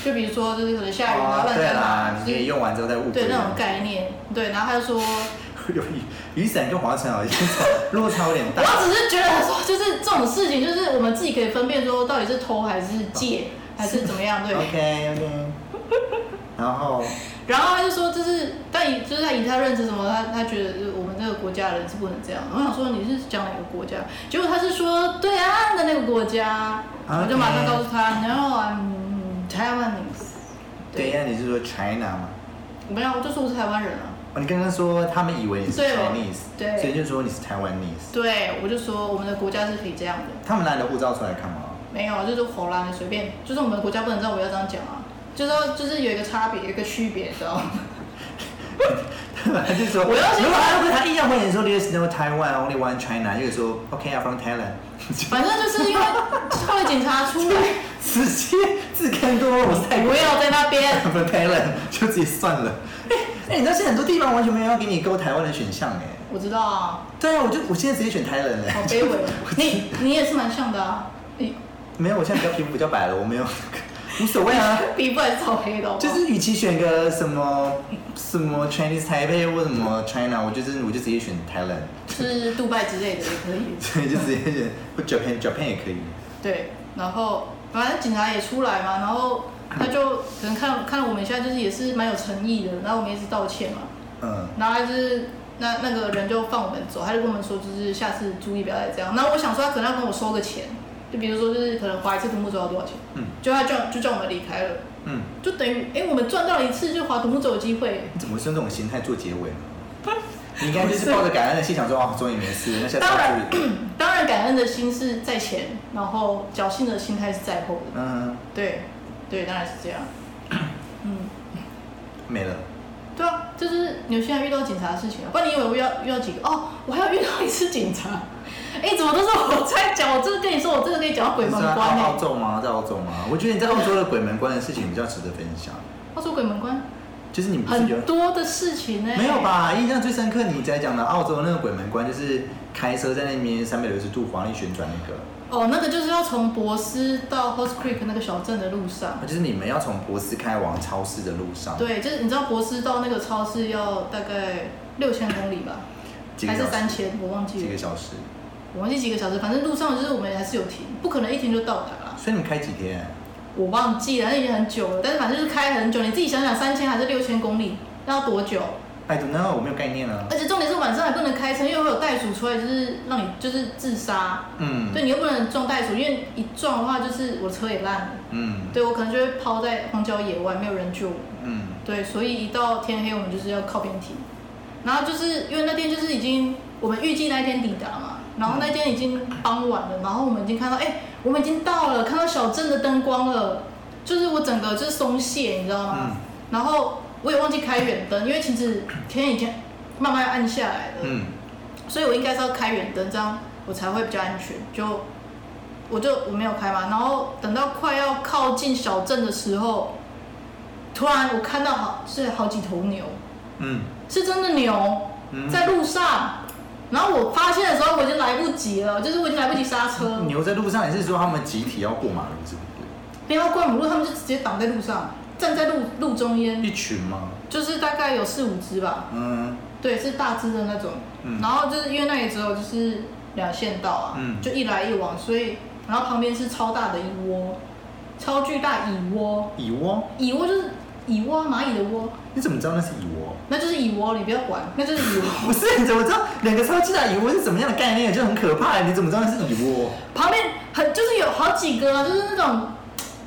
S2: 就比如说就是可能下雨然后
S1: 哦
S2: 乱
S1: 对
S2: 扔
S1: 啦
S2: 啊，，
S1: 你
S2: 就
S1: 可以
S2: 是
S1: 用完之后再误
S2: 对
S1: 会
S2: 那种
S1: 人。
S2: 概念，对，然后他就说。
S1: 有雨雨伞跟划船好像落差有点大。
S2: 我只是觉得说，就是这种事情，就是我们自己可以分辨说到底是偷还是借还是怎么样，
S1: 哦
S2: 对。
S1: OK OK，然后
S2: 然后他就说，就是但以就是他以他认知什么，他他觉得就是我们这个国家的人是不能这样。我想说你是讲哪个国家？结果他是说对啊的那个国家，我就马上告诉他，No I'm Taiwanese。
S1: 对呀，你是说 China 吗？
S2: 我没有，我就说我是台湾人啊。
S1: 哦，你刚刚说他们以为你是
S2: 对
S1: Chinese，
S2: 对
S1: 所以就说你是 Taiwanese。
S2: 对，我就说我们的国家是可以这样的。
S1: 他们拿你的护照出来看吗？
S2: 没有，就是荷兰随便，就是我们国家不能这样，我要这样讲啊，就是要就是有一个差别，有一个区别，知道吗？
S1: 他就说，
S2: 我要先
S1: 如果他如果他硬要跟你说 There's no Taiwan, only one China，就说 OK, I'm from Thailand，
S2: 反正就是因为后来警察出来，
S1: 直接自甘堕落，我是泰
S2: 不
S1: 国
S2: 要在那边。
S1: 人，I'm from Thailand，就自己算了。哎、哎，你知道现在很多地方完全没有要给你勾台湾的选项哎、
S2: 我知道啊，
S1: 对啊，我就我现在直接选 Thailand 哎、
S2: 好 卑微。哦你你也是蛮像的啊，你
S1: 没有，我现在比较皮肤比较白了，我没有，无所谓啊。
S2: 皮肤还是超黑的哦好不
S1: 就
S2: 好。
S1: 是与其选个什么什么 Chinese 台北或什么 China，我就是我就直接选 Thailand，
S2: 是杜拜之类的也可以。
S1: 所以就直接选或 Japan Japan 也可以。
S2: 对，然后反正警察也出来嘛，然后他就可能看看我们现在就是也是蛮有诚意的，然后我们一直道歉嘛，
S1: 嗯，
S2: 然后他就是那那个人就放我们走，他就跟我们说就是下次注意不要再这样。然后我想说他可能要跟我收个钱，就比如说就是可能划一次独木舟要多少钱，
S1: 嗯，
S2: 就他叫就叫我们离开了，
S1: 嗯，
S2: 就等于哎、我们赚到了一次就划独木舟的机会，
S1: 你怎么是用这种心态做结尾呢？你应该就是抱着感恩的心想说哦，终于没事，那下次
S2: 当
S1: 要
S2: 然
S1: 注意。
S2: 当然感恩的心是在前，然后侥幸的心态是在后的，
S1: 嗯，
S2: 对，对，当然是这样，嗯。
S1: 没了。
S2: 对啊，这就是纽西兰遇到警察的事情啊。不然你以为我遇到遇到几个？哦，我还有遇到一次警察。 哎、怎么都是我在讲？我真的跟你说，我真的跟你讲到鬼
S1: 你
S2: 门
S1: 是啊在
S2: 关
S1: 澳
S2: 哎、
S1: 澳洲吗？在澳洲吗？我觉得你在澳洲的鬼门关的事情比较值得分享，
S2: 他说鬼门关
S1: 就是你不是有
S2: 很多的事情呢、欸
S1: 没有？吧？印象最深刻，你在讲的澳洲那个鬼门关，就是开车在那边三百六十度华丽旋转那个。
S2: 哦，那个就是要从博斯到 Horse Creek 那个小镇的路上。
S1: 就是你们要从博斯开往超市的路上，，
S2: 对，就是你知道博斯到那个超市要大概六千公里吧，
S1: 几个
S2: 还
S1: 小
S2: 是
S1: 时
S2: 三千？我忘
S1: 几
S2: 记
S1: 个
S2: 了，
S1: 小时，
S2: 我忘记几个小时。反正路上就是我们还是有停，不可能一停就到达啦。
S1: 所以你们开几天？
S2: 我忘记了，那已经很久了，但是反正就是开很久，你自己想想，三千还是六千公里，那要多久？
S1: 哎，don't know，我没有概念啊。
S2: 而且重点是晚上还不能开车，因为会有袋鼠出来，就是让你就是自杀。
S1: 嗯，
S2: 呃对，你又不能撞袋鼠，因为一撞的话，就是我车也烂了。
S1: 嗯，
S2: 对我可能就会抛在荒郊野外，没有人救我。
S1: 嗯，
S2: 对，所以一到天黑，我们就是要靠边停。然后就是因为那天就是已经我们预计那一天抵达嘛，然后那天已经傍晚了，然后我们已经看到，哎、我们已经到了，看到小镇的灯光了，就是我整个就是松懈，你知道吗？
S1: 嗯
S2: 然后我也忘记开远灯，因为其实天已经慢慢暗下来了，
S1: 嗯，
S2: 所以我应该是要开远灯，这样我才会比较安全。就我就我没有开嘛，然后等到快要靠近小镇的时候，突然我看到好是好几头牛，
S1: 嗯，
S2: 是真的牛
S1: 嗯
S2: 在路上。然后我发现的时候，我已经来不及了，就是我已经来不及刹车，
S1: 牛在路上，你是说他们集体要过马路是不是？
S2: 不要过马路，他们就直接挡在路上，站在路路中间，
S1: 一群吗？
S2: 就是大概有四五只吧。
S1: 嗯，
S2: 对，是大致的那种。
S1: 嗯
S2: 然后就是因为那里只有就是两线道啊，
S1: 嗯
S2: 就一来一往，所以然后旁边是超大的蚁窝，超巨大蚁窝，
S1: 蚁窝？
S2: 蚁窝就是蚁窝啊蚂蚁的窝，
S1: 你怎么知道那是蚁窝？
S2: 那就是蚁窝，你不要管，那就是蚁窝。
S1: 不是，你怎么知道两个超巨大蚁窝是什么样的概念？就很可怕，你怎么知道那是蚁窝？
S2: 旁边很就是有好几个啊，就是那种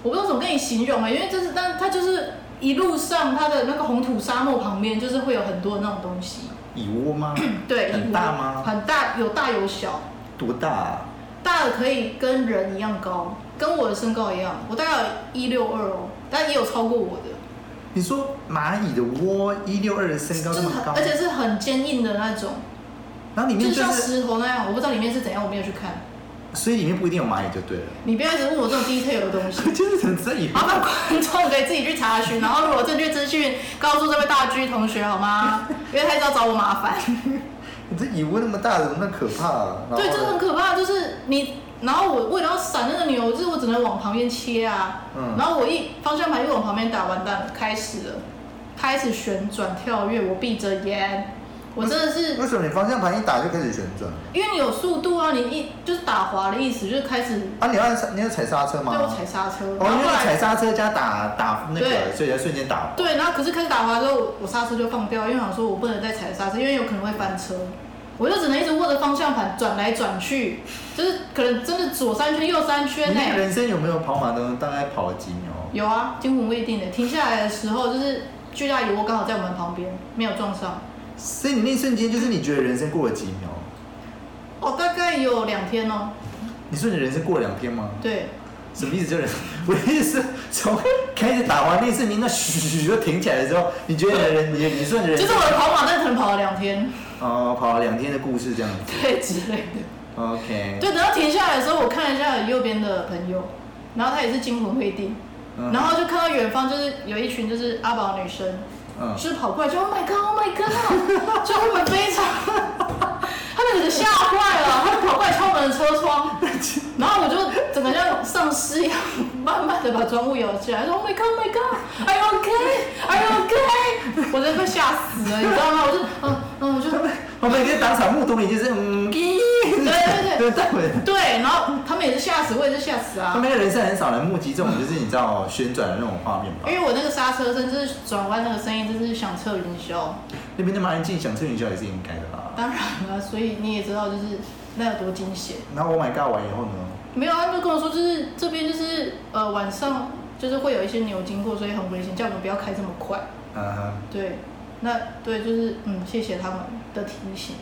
S2: 我不知道怎么跟你形容啊、因为就是但它就是一路上它的那个红土沙漠旁边就是会有很多那种东西，
S1: 蚁窝吗？
S2: 对，蚁
S1: 很
S2: 窝
S1: 大吗？
S2: 很大，有大有小。
S1: 多大啊？
S2: 大的可以跟人一样高，跟我的身高一样，我大概有一六二哦，但也有超过我的，
S1: 你说蚂蚁的窝一六二的身高
S2: 就
S1: 这
S2: 是
S1: 么
S2: 很
S1: 高，
S2: 而且是很坚硬的那种，
S1: 然后里面
S2: 就是
S1: 就
S2: 像
S1: 是，
S2: 石头那样，我不知道里面是怎样，我没有去看。
S1: 所以里面不一定有蚂蚁就对了。
S2: 你不要一直 问我这种 detail 的东西，
S1: 就是很在意。
S2: 麻烦观众可以自己去查询，然后如果正确资讯告诉这位大 G 同学好吗？因为他一直要找我麻烦。
S1: 你这蚁窝那么大，怎么那么可怕、啊？
S2: 对，
S1: 然
S2: 这
S1: 后
S2: 个很可怕，就是你，然后我为了要闪那个牛，就是我只能往旁边切啊，
S1: 嗯
S2: 然后我一方向盘一往旁边打，完蛋了，开始了，开始旋转跳跃，我闭着眼，我真的是，
S1: 为什么你方向盘一打就开始旋转？
S2: 因为你有速度啊，你一就是打滑的意思，就是开始
S1: 啊，你要踩你要踩刹车吗？
S2: 对我踩刹车，
S1: 哦，
S2: 然
S1: 因
S2: 后
S1: 为
S2: 后
S1: 你踩
S2: 来
S1: 刹车加打打那个，
S2: 对
S1: 所以才瞬间打。
S2: 对，然后可是开始打滑之后，我我刹车就放掉，因为想说我不能再踩刹车，因为有可能会翻车。我就只能一直握着方向盘转来转去，就是可能真的左三圈右三圈欸
S1: 你
S2: 呢、
S1: 那个人生有没有跑马灯？大概跑了几秒？
S2: 有啊，惊魂未定的。停下来的时候，就是巨大蚁窝刚好在我们旁边，没有撞上。
S1: 所以你那一瞬间就是你觉得人生过了几秒？
S2: 哦，大概有两天哦。
S1: 你说你人生过了两天吗？
S2: 对，
S1: 什么意思？就是 我的意思，从开始打完那一瞬间，那嘘 就停起来的时候，你觉得你的人，你你说你的人
S2: 就是我的跑马灯可能跑了两天，
S1: 哦跑了两天的故事这样子
S2: 对之类的。
S1: ，OK，
S2: 对，等到停下来的时候，我看了一下右边的朋友，然后他也是惊魂未定，
S1: 嗯
S2: 然后就看到远方就是有一群就是阿宝女生，
S1: 嗯，
S2: 就是跑过来就 Oh my God Oh my God，就他们非常，他们整个吓坏了，他们跑过来敲我们的车窗，然后我就整个像丧尸一样，慢慢的把窗户摇起来，说 Oh my God Oh my God，Are you okay？Are you okay？我真的被吓死了，你知道吗？我就嗯嗯，我就
S1: 我们已经当场目哦睹你就是嗯，对
S2: 对对 对
S1: 对，但我
S2: 对，然后他们也是吓死，我也是吓死啊
S1: 他。们的人生很少人目击这种就是你知道旋转的那种画面吧
S2: 因？为我那个刹车声，就是转弯那个声音，真是响彻云霄。
S1: 那边那么安静，想吃云霄也是应该的啦。
S2: 当然了，所以你也知道，就是那有多惊险。
S1: 然后 Oh my God 完以后呢？
S2: 没有，他们就跟我说，就是这边就是呃晚上就是会有一些牛经过，所以很危险，叫我们不要开这么快。
S1: 嗯哼，
S2: 对，那对就是嗯，谢谢他们的提醒，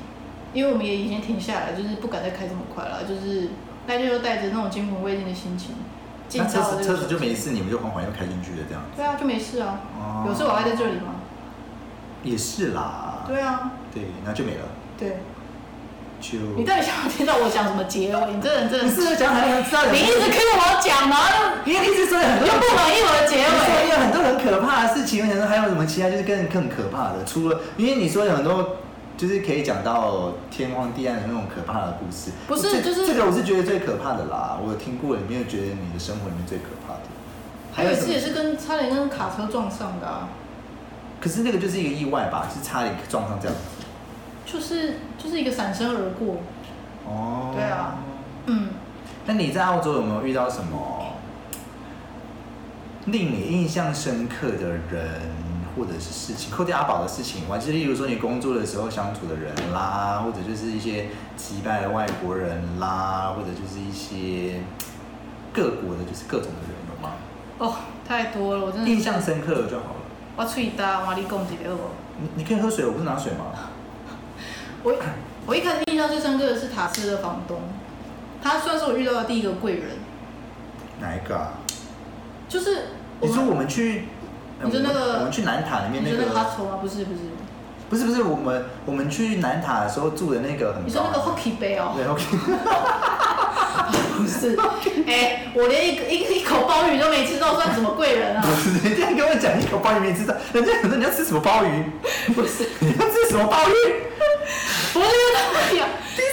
S2: 因为我们也已经停下来，就是不敢再开这么快了，就是大家就带着那种惊魂未定的心情进
S1: 那车
S2: 到
S1: 子
S2: 了这
S1: 车
S2: 个
S1: 子
S2: 小
S1: 就
S2: 区
S1: 没事，你们就缓缓又开进去了这样。
S2: 对啊，就没事啊。
S1: 哦
S2: 有事我还在这里吗？
S1: 也是啦。
S2: 对啊，
S1: 对，那就没了。
S2: 对。
S1: 就
S2: 你到底想要听到我讲什么结尾？你这人真的是，
S1: 讲很知道
S2: 你一直 cue 我讲，然后
S1: 因为一直说有很
S2: 又
S1: 多
S2: 又
S1: 人
S2: 不满意我的结
S1: 你说也
S2: 尾。
S1: 有很多很可怕的事情，我想说还有什么其他就是更更可怕的，除了因为你说有很多。就是可以讲到天荒地暗的那种可怕的故事，
S2: 不是
S1: 这
S2: 就是
S1: 这个我是觉得最可怕的啦。我有听过，也没有觉得你的生活里面最可怕的。
S2: 还有一
S1: 什
S2: 次
S1: 么
S2: 也是跟差点跟卡车撞上的、啊，
S1: 可是那个就是一个意外吧，是差点撞上这样子。
S2: 就是就是一个闪身而过。
S1: 哦
S2: 对啊。嗯，
S1: 那你在澳洲有没有遇到什么令你印象深刻的人或者是事情？扣掉阿宝的事情以外，就是例如说你工作的时候相处的人啦，或者就是一些击败的外国人啦，或者就是一些各国的，就是各种的人有吗？
S2: 哦，太多了，我真的是
S1: 印象深刻的就好了。
S2: 我最大我力共几个哦。
S1: 你你可以喝水，我不是拿水吗？
S2: 我我一开始印象最深刻的是塔斯的房东，他算是我遇到的第一个贵人，
S1: 哪一个啊？
S2: 就是我
S1: 你说
S2: 们
S1: 我们去，呃
S2: 你说那
S1: 我们
S2: 个
S1: 我们去南塔里面
S2: 你
S1: 那
S2: 说那
S1: 个，
S2: 个
S1: 嗯
S2: 哈丑吗？不是不是，
S1: 不是不是，我们我们去南塔的时候住的那个很高，
S2: 你说那个 hockey 杯哦、
S1: 对 OK。
S2: 不是，哎、我连一个一一口鲍鱼都没吃到，算什么贵人啊
S1: 不？是，人家跟我讲一口鲍鱼没吃到，人家想说你要吃什么鲍鱼？
S2: 不是，
S1: 你要吃什么鲍鱼？
S2: 不是他们有，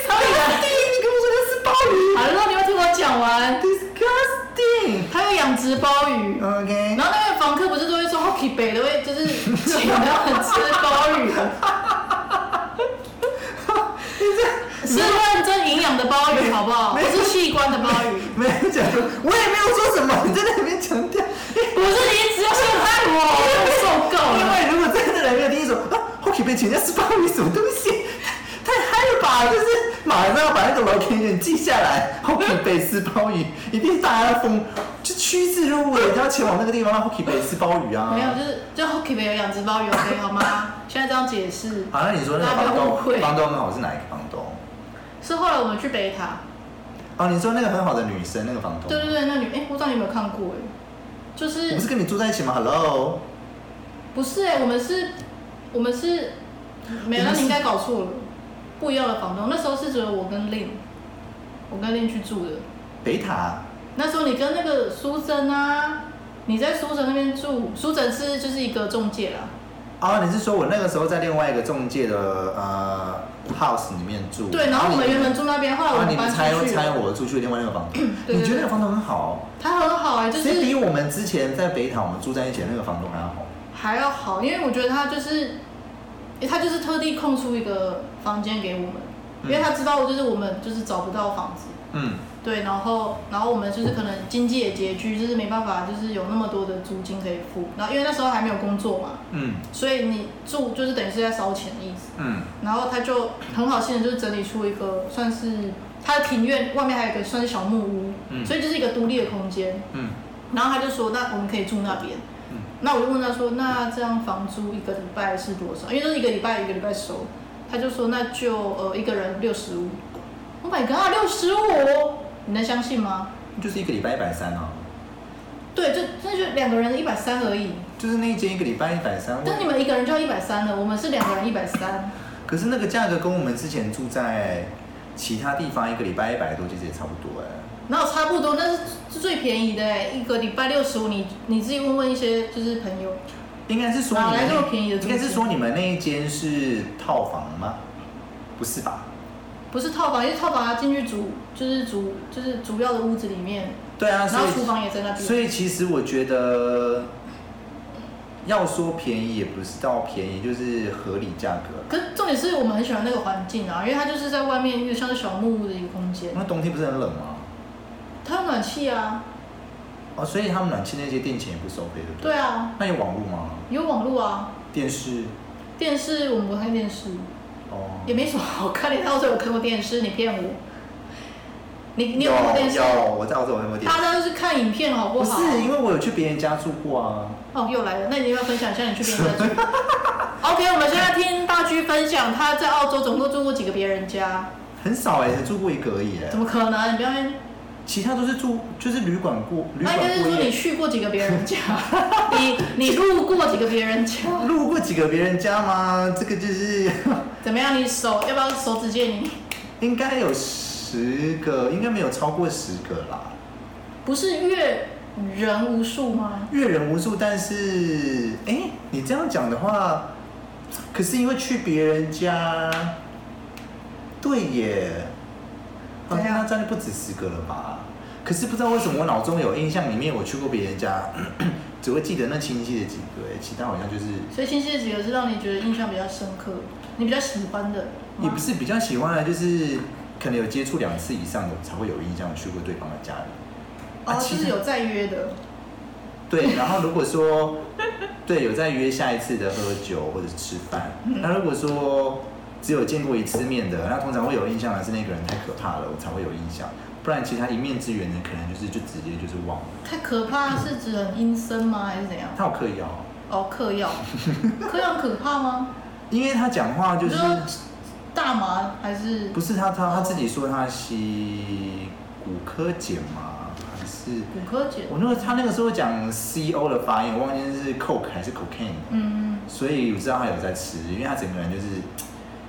S2: 他们
S1: 第一，你跟我说要吃鲍
S2: 有，
S1: 鱼
S2: 好了，让你们听我讲完。
S1: ，disgusting。
S2: 他有养殖鲍鱼，
S1: OK，
S2: 然后那个房客不是都会说 hockey 北都会就是请他们吃 鲍鱼，是认真营养的鲍鱼，好不好？不是器官的鲍鱼，
S1: 没有讲说，我也没有说什么，你在那里面强调。
S2: 不是你一直要陷害 我，我受够
S1: 因
S2: 了。
S1: 为如果真的来没有听说啊，OK 被请人家吃鲍鱼什么东西？太嗨了吧！就是马上要把那个 location 记下来，OK 被吃鲍鱼，一定是大家疯，就趋之若鹜，要前往那个地方让 OK 被吃鲍鱼啊。
S2: 没有，就是就 hockey 北有养殖鲍鱼，OK 好吗？现在这样解释。
S1: 好，那你说那个
S2: 大家
S1: 房
S2: 不要误
S1: 东，
S2: 会
S1: 房东很好是哪一个房东？
S2: 是后来我们去北塔，
S1: 哦，你说那个很好的女生，那个房东，
S2: 对对对，那女哎、我不知道你有没有看过哎、就
S1: 我
S2: 是
S1: 不是跟你住在一起吗？Hello，
S2: 不是哎、我们是，我们是，没有，
S1: 我
S2: 那
S1: 们是
S2: 你应该搞错了，不一样的房东。那时候是只有我跟令，我跟令去住的。
S1: 北塔，
S2: 那时候你跟那个苏珍啊，你在苏珍那边住，苏珍是就是一个中介啦。
S1: 哦，你是说我那个时候在另外一个中介的呃 house 里面住？
S2: 对，然后我们原本住那边，后来
S1: 然
S2: 我
S1: 后嗯啊
S2: 们
S1: 你
S2: 搬
S1: 们拆
S2: 出去
S1: 拆
S2: 了。
S1: 我住去另外那个房东，
S2: 对对
S1: 你觉得那
S2: 对
S1: 个房东很好，
S2: 他很好哎、就
S1: 所以比
S2: 是
S1: 我们之前在北塔我们住在一起的那个房东还要好。
S2: 还要好，因为我觉得他就是，诶他就是特地空出一个房间给我们，因为他知道就是我们就是找不到房子。
S1: 嗯，
S2: 对，然后然后我们就是可能经济也拮据，就是没办法，就是有那么多的租金可以付。然后因为那时候还没有工作嘛，
S1: 嗯
S2: 所以你住就是等于是在烧钱的意思。
S1: 嗯
S2: 然后他就很好心的，就是整理出一个算是他的庭院外面还有一个算是小木屋，
S1: 嗯
S2: 所以就是一个独立的空间。
S1: 嗯
S2: 然后他就说，那我们可以住那边。那我就问他说，那这样房租一个礼拜是多少？因为都是一个礼拜一个礼拜收，他就说那就呃一个人六十五。Oh my god，六十五，你能相信吗？
S1: 就是一个礼拜一百三啊，
S2: 对，就那就两个人一百三而已。
S1: 就是那一间一个礼拜一百三。
S2: 但你们一个人就要一百三了，我们是两个人一百三。
S1: 可是那个价格跟我们之前住在其他地方一个礼拜一百多，其实也差不多哎、
S2: 然后差不多，那是最便宜的欸，一个礼拜六十五，你你自己问问一些就是朋友，
S1: 应该是说
S2: 哪
S1: 你
S2: 来
S1: 们
S2: 这么便宜的
S1: 应该是
S2: 东西
S1: 说你们那一间是套房吗？不是吧？
S2: 不是套房，因为套房要进去主就是主就是主要的屋子里面，
S1: 对啊，
S2: 然
S1: 所
S2: 后
S1: 以
S2: 厨房也在那
S1: 所
S2: 边。
S1: 以其实我觉得，要说便宜也不是到便宜，就是合理价格。
S2: 可是重点是我们很喜欢那个环境啊，因为它就是在外面一个像是小木屋的一个空间，
S1: 那冬天不是很冷吗？
S2: 它有暖气啊，
S1: 哦，所以他们暖气那些电钱也不收费，对不对？
S2: 对啊，
S1: 那有网络吗？
S2: 有网络啊，
S1: 电视？
S2: 电视我们不看电视，
S1: 哦，
S2: 也没什么好看。你到时候有看过电视？你骗我？你你
S1: 有
S2: 有看过电视？
S1: 有，我在澳洲有看过电视
S2: 大。家都是看影片好
S1: 不
S2: 好？
S1: 是，因为我有去别人家住过啊。
S2: 哦，又来了，那你要不要分享一下你去别人 家住？OK，我们现在听大居分享他在澳洲总共住过几个别人家，
S1: 很少哎、才住过一个而已哎、
S2: 怎么可能？你不要那边，
S1: 其他都是住就是旅馆过，旅
S2: 那
S1: 馆
S2: 应啊该是
S1: 过
S2: 说你
S1: 夜。
S2: 去过几个 别人家， 你你路过几个别人家，
S1: 路过几个别人家吗？这个就是
S2: 怎么样？你手要不要手指借你？
S1: 应该有十个，应该没有超过十个啦。
S2: 不是阅人无数吗？
S1: 阅人无数，但是哎、诶你这样讲的话，可是因为去别人家，对耶，好像
S2: 怎样
S1: 那这样就不止十个了吧？可是不知道为什么我脑中有印象，里面我去过别人家， 只会记得那亲戚的几个、诶其他好像就是
S2: 所以亲戚的几个是让你觉得印象比较深刻，你比较喜欢的吗，
S1: 也不是比较喜欢的，啊就是可能有接触两次以上的才会有印象去过对方的家里。
S2: 哦，就
S1: 啊其
S2: 是
S1: 实
S2: 有再约的，
S1: 对，然后如果说 对有在约下一次的喝酒或者是吃饭，
S2: 嗯
S1: 那如果说只有见过一次面的，那通常会有印象的是那个人太可怕了，我才会有印象。不然其他一面之缘的，可能就是就直接就是忘了。
S2: 太可怕是指很阴森吗？还是怎样？
S1: 他有刻意哦，
S2: 哦，嗑 药，嗑药可怕吗？
S1: 因为他讲话就
S2: 你
S1: 是
S2: 说大麻还是
S1: 不是他他他自己说他吸骨科碱吗？还是
S2: 骨科碱？
S1: 我那个他那个时候讲 C O 的发音，我忘记是 coke 还是 cocaine 了
S2: 嗯，
S1: 所以我知道他有在吃，因为他整个人就是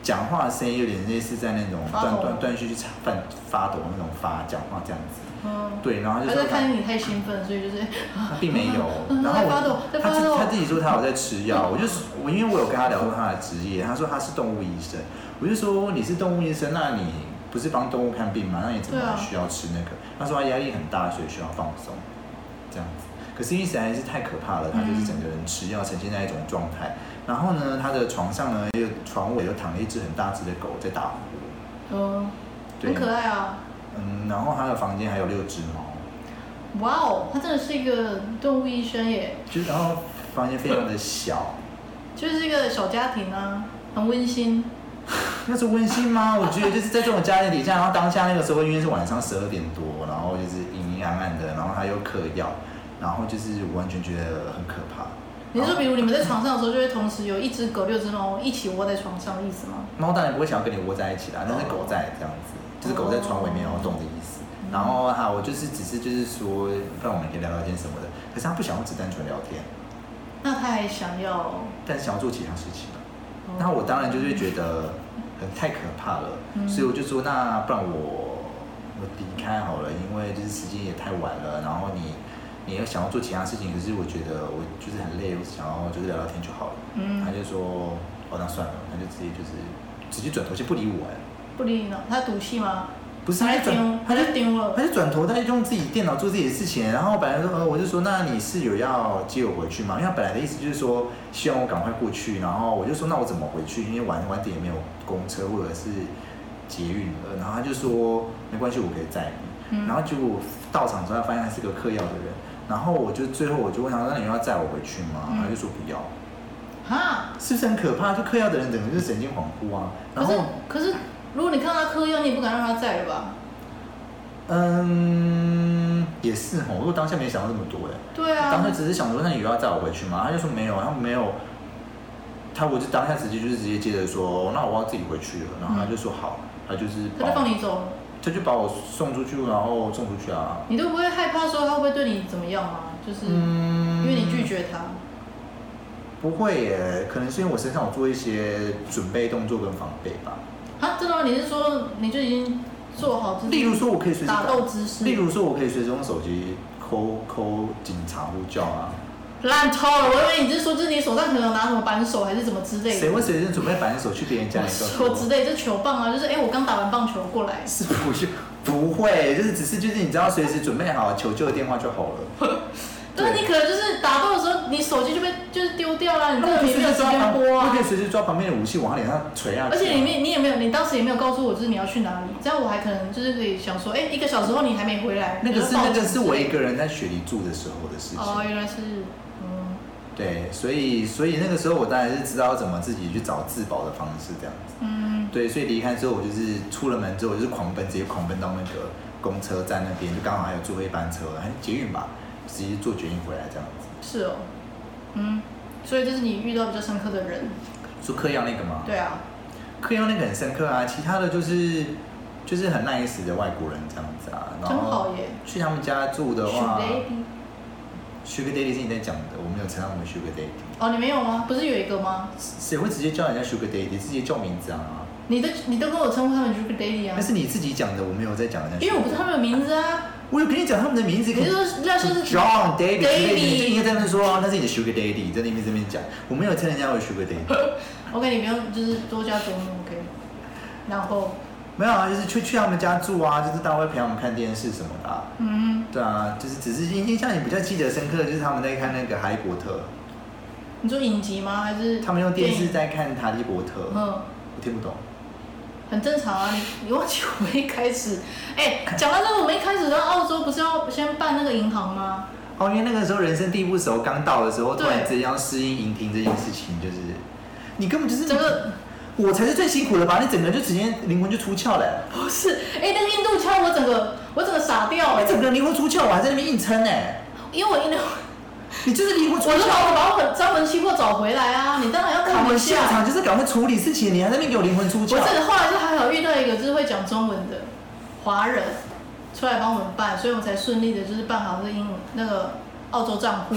S1: 讲话的声音有点类似在那种
S2: 发抖
S1: 断断断续续发发抖那种发讲话这样子。
S2: 嗯，
S1: 对，然后
S2: 他
S1: 他就
S2: 在
S1: 说
S2: 看你太兴奋，所以就是
S1: 他并没有
S2: 嗯，
S1: 然后
S2: 在发抖
S1: 我
S2: 在
S1: 他
S2: 发
S1: 自
S2: 抖
S1: 他自己说他有在吃药，我就我因为我有跟他聊过他的职业，他说他是动物医生，我就说你是动物医生，那你不是帮动物看病吗？那你怎么
S2: 对啊
S1: 需要吃那个？他说他压力很大，所以需要放松，这样子。可是因为实在是太可怕了，他
S2: 嗯
S1: 就是整个人吃药呈现在一种状态，然后呢，他的床上呢又床尾又躺了一只很大只的狗在打呼，
S2: 嗯，
S1: 对
S2: 很可爱啊。
S1: 嗯，然后他的房间还有六只猫，
S2: 哇哦，他真的是一个动物医生耶，
S1: 就然后房间非常的小。
S2: 就是一个小家庭啊，很温馨。
S1: 那是温馨吗？我觉得就是在这种家庭底下，然后当下那个时候因为是晚上十二点多，然后就是阴阴暗暗的，然后他又嗑药，然后就是我完全觉得很可怕。
S2: 你是
S1: 然
S2: 说，
S1: 后
S2: 比如你们在床上的时候，就会同时有一只狗、六只猫一起窝在床上的意思吗？
S1: 猫当然不会想要跟你窝在一起啦，但是狗在这样子，就是狗在床尾面要动的意思。然后哈，我就是只是就是说，不然我们可以聊聊天什么的。可是他不想要只单纯聊天，
S2: 那他还想要，哦
S1: 但是想要做其他事情。那我当然就是会觉得很太可怕了，
S2: 嗯
S1: 所以我就说，那不然我我离开好了，因为就是时间也太晚了，然后你你又想要做其他事情，可是我觉得我就是很累，我想要就是聊聊天就好了。
S2: 嗯
S1: 他，就说，哦，那算了，他就直接就是直接转头就不理我，哎，
S2: 不理你了，他赌气吗？
S1: 不是，他
S2: 他
S1: 就
S2: 就
S1: 转
S2: 丢，
S1: 他
S2: 他
S1: 就
S2: 就丢了。
S1: 他就转头，他就用自己电脑做自己的事情。然后本来说，呃，我就说，那你是有要接我回去吗？因为他本来的意思就是说，希望我赶快过去。然后我就说，那我怎么回去？因为晚晚点也没有公车或者是捷运了。然后他就说，没关系，我可以载你。
S2: 嗯
S1: 然后结果到场之后，发现他是个嗑药的人。然后我就最后我就问他说，那你又要载我回去吗？
S2: 嗯
S1: 他就说不要，
S2: 哈，
S1: 是不是很可怕？就嗑药的人整个就是神经恍惚啊。
S2: 可
S1: 然
S2: 是
S1: 后
S2: 可是，如果你看到他嗑药，你也不敢让他在了吧？
S1: 嗯，嗯，也是哦，我当下没想到这么多哎。
S2: 对啊，
S1: 当时只是想说，那有要载我回去吗？他就说没有，然后没有。他我就当下直接就是直接接着说，哦那我要自己回去了。然后他就说好，他就是
S2: 嗯他
S1: 把
S2: 就放你走，
S1: 他就把我送出去，然后送出去啊。
S2: 你都不会害怕说他会不会对你怎么样吗？就是
S1: 嗯
S2: 因为你拒绝他，
S1: 不会耶，可能是因为我身上有做一些准备动作跟防备吧。
S2: 啊，真的吗？你是说你就已经做好自己？
S1: 例如说，我可以随时
S2: 嗯打斗姿势
S1: 例如说，我可以随时用手机抠抠警察呼叫啊。
S2: 烂透了，我以为你是说就是你手上可能有拿什么扳手还是什么之类
S1: 谁
S2: 的，
S1: 会随身准备扳手去别人家里告诉
S2: 我之类就球棒啊，就是哎、我刚打完棒球过来，
S1: 是不是不会，就是只是就是你知道随时准备好求救的电话就好了。
S2: 但啊是你可能就是打斗的时候，你手机就被就是丢掉了，你
S1: 那
S2: 根
S1: 我
S2: 本
S1: 可以随
S2: 没有
S1: 时
S2: 时
S1: 抓
S2: 间
S1: 旁，
S2: 播
S1: 我
S2: 啊
S1: 可。以随时抓旁边的武器往他脸上捶下去啊。
S2: 而且你没你也没有，你当时也没有告诉我，就是你要去哪里，这样我还可能就是可以想说，哎、一个小时后你还没回来，
S1: 那个是
S2: 我
S1: 那
S2: 就报警
S1: 个是我一个人在雪梨住的时候的事
S2: 哦，
S1: 情。
S2: 原来是，嗯，
S1: 对，所以所以那个时候我当然是知道怎么自己去找自保的方式这样子。
S2: 嗯，
S1: 对，所以离开之后，我就是出了门之后，我就是狂奔，直接狂奔到那个公车站那边，就刚好还有最后一班车，还是捷运吧，直接坐捷运回来这样子。
S2: 是哦，嗯，所以这是你遇到比较深刻的人，
S1: 说科要那个吗？
S2: 对啊，
S1: 科要那个很深刻啊，其他的就是就是很 nice 的外国人这样子啊。然
S2: 真好
S1: 后
S2: 耶
S1: 去他们家住的话
S2: Should they be-
S1: ，Sugar Daddy 是你在讲的，我没有称他们为 Sugar Daddy，
S2: 哦，你没有吗？不是有一个吗？
S1: 谁会直接叫人家 Sugar Daddy，直接叫名字啊？
S2: 你都你都跟我称呼他们 Sugar Daddy 啊
S1: 那，是你自己讲的，我没有在讲人家 Sugar Daddy。
S2: 因为我不知道他们的名字啊，
S1: 我有跟你讲他们的名字，
S2: 你就说要说是
S1: John David，之类的
S2: David
S1: 你就应该在那边说哦那是你的 Sugar Daddy，在那边这边讲，我没有称人家为 Sugar Daddy，
S2: OK，你不用就是多加琢磨 OK，然后
S1: 没有啊，就是去去他们家住啊，就是大家会陪他们看电视什么的、啊，
S2: 嗯，
S1: 对啊，就是只是印印象里比较记得深刻的就是他们在看那个《哈利波特
S2: 你说影集吗？还是》，
S1: 他们用电视
S2: 电影
S1: 在看《哈利波特》，
S2: 嗯。
S1: 我听不懂，
S2: 很正常啊，你你忘记我们一开始， 哎、讲到这个，我们一开始在澳洲不是要先办那个银行吗？
S1: 哦，因为那个时候人生地不熟，刚到的时候突
S2: 对
S1: 然之间要适应营听这件事情，就是你根本就是
S2: 整个
S1: 我才是最辛苦的吧，你整个人就直接灵魂就出窍了、
S2: 不是，哎、那个印度腔我整个我整个傻掉哎、
S1: 哎，整个人灵魂出窍，我还在那边硬撑哎、
S2: 因为我印度，
S1: 你就是灵魂出
S2: 我就
S1: 窍。
S2: 把我把我很张文期货找回来啊，你当然要
S1: 我
S2: 扛
S1: 们
S2: 一
S1: 现
S2: 下。
S1: 场就是赶快处理事情，你还在那边给我灵魂出
S2: 我
S1: 窍
S2: 这。个后来就还好遇到一个就是会讲中文的华人出来帮我们办，所以我们才顺利的就是办好这个英文那个澳洲账户。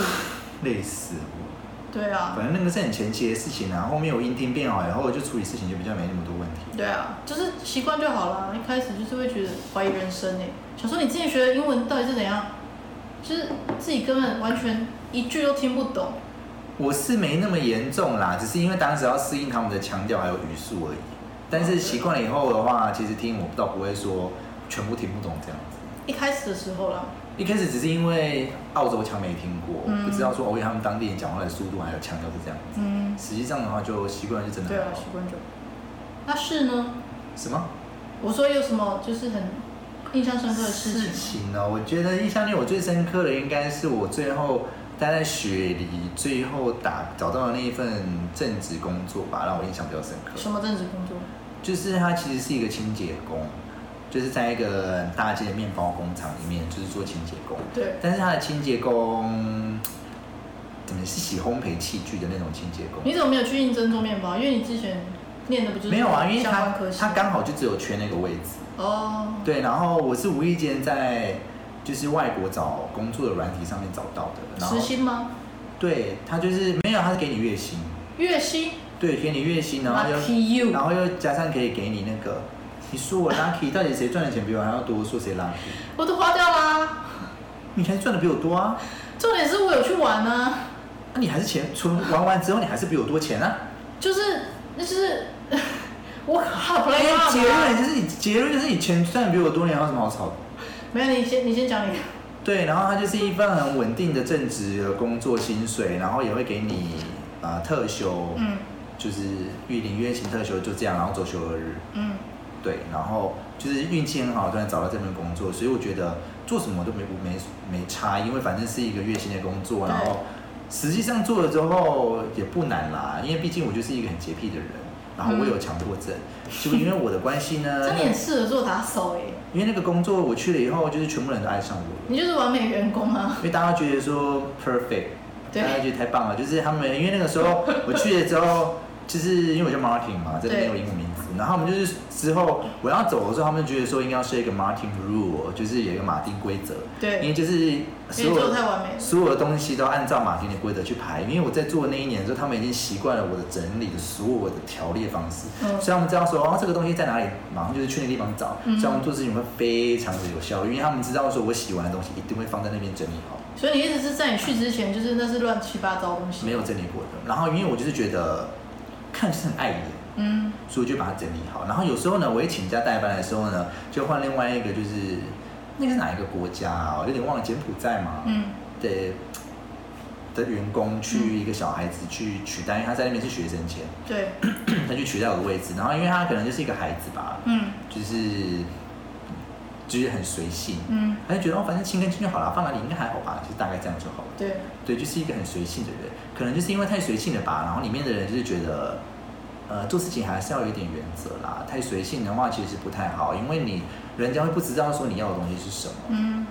S1: 累死我！
S2: 对啊，
S1: 反正那个是很前期的事情啊，后面我音听变好以后，就处理事情就比较没那么多问题。
S2: 对啊，就是习惯就好了。一开始就是会觉得怀疑人生哎、想说你之前学的英文到底是怎样，就是自己根本完全一句都听不懂。
S1: 我是没那么严重啦，只是因为当时要适应他们的腔调还有语速而已。但是习惯了以后的话，其实听我倒不会说全部听不懂这样子。
S2: 一开始的时候啦，
S1: 一开始只是因为澳洲腔没听过，
S2: 嗯
S1: 不知道说哦，因为他们当地人讲话的速度还有腔调是这样子。
S2: 嗯，
S1: 实际上的话，就习惯了就真的
S2: 对啊
S1: 很，好
S2: 习。惯就好。那是呢？
S1: 什么？
S2: 我说有什么就是很印象深刻的事
S1: 事
S2: 情？
S1: 情呢、我觉得印象令我最深刻的应该是我最后待在雪梨，最后打找到的那一份正职工作吧，让我印象比较深刻。
S2: 什么正职工作？
S1: 就是它其实是一个清洁工，就是在一个很大间的面包工厂里面，就是做清洁工。
S2: 对，
S1: 但是它的清洁工怎么是洗烘焙器具的那种清洁工？
S2: 你怎么没有去应征做面包？因为你之前念的不就是
S1: 没有啊，因为
S2: 相
S1: 他
S2: 关科系？
S1: 他刚好就只有缺那个位置。
S2: 哦，
S1: 对，然后我是无意间在就是外国找工作的软体上面找到的，然后
S2: 时薪吗？
S1: 对他就是没有，他是给你月薪，
S2: 月薪
S1: 对，给你月薪，然
S2: 啊
S1: 后又
S2: ？Lucky you！
S1: 然后又加上可以给你那个，你说我 lucky，到底谁赚的钱比我还要多？说谁 lucky？
S2: 我都花掉啦。
S1: 你还是赚的比我多啊，
S2: 重点是我有去玩啊，
S1: 那、你还是钱存玩完之后，你还是比我多钱啊。
S2: 就是那就是 我好
S1: 因
S2: play
S1: 为
S2: hard
S1: 哎结论
S2: 啊
S1: 就是你结论就是你钱赚得比我多，你还有什么好吵的？
S2: 没有，你先你先讲你的。
S1: 对，然后它就是一份很稳定的正职的工作薪水，然后也会给你呃特休，
S2: 嗯
S1: 就是预领月薪特休就这样，然后周休二日，
S2: 嗯，
S1: 对，然后就是运气很好，突然找到这份工作，所以我觉得做什么都没不没没差，因为反正是一个月薪的工作，
S2: 对
S1: 然后实际上做了之后也不难啦，因为毕竟我就是一个很洁癖的人，然后我有强迫症，就、因为我的关系呢，
S2: 嗯 真的很适合做打手哎、
S1: 因为那个工作我去了以后，就是全部人都爱上我了。
S2: 你就是完美员工啊。
S1: 因为大家觉得说 perfect，
S2: 对
S1: 大家觉得太棒了。就是他们，因为那个时候 我去了之后，就是因为我叫 Martin 嘛，这里面有
S2: 对
S1: 英文名字。然后我们就是之后我要走的时候，他们觉得说应该要设一个 Martin rule，就是有一个马丁规则。因为
S2: 对，
S1: 就是所
S2: 因为做
S1: 有
S2: 得太完美了。
S1: 所有的东西都按照马丁的规则去排。因为我在做那一年的时候，他们已经习惯了我的整理的所有的条列方式，
S2: 嗯
S1: 所以他们知道说哦这个东西在哪里，马上就是去那个地方找。
S2: 嗯
S1: 所以我们做事情会非常的有效率，因为他们知道说我喜欢的东西一定会放在那边整理好。
S2: 所以你意思是在你去之前，就是那是乱七八糟的东西。
S1: 没有整理过的。然后因为我就是觉得看是很碍眼，
S2: 嗯，
S1: 所以我就把它整理好。然后有时候呢，我一请假代班的时候呢，就换另外一个，就是那个是哪一个国家啊？我有点忘了，柬埔寨嘛。
S2: 嗯
S1: 对。的员工去一个小孩子去取代，因为他在那边是学生签，
S2: 对，
S1: 他去取代我的位置。然后因为他可能就是一个孩子吧，
S2: 嗯
S1: 就是就是很随性，
S2: 嗯，
S1: 他就觉得哦，反正亲跟亲就好了，放哪里应该还好吧，就是大概这样就好了。
S2: 对，
S1: 对，就是一个很随性的人，可能就是因为太随性了吧，然后里面的人就是觉得，呃，做事情还是要有一点原则啦，太随性的话其实不太好，因为你人家会不知道说你要的东西是什么，
S2: 嗯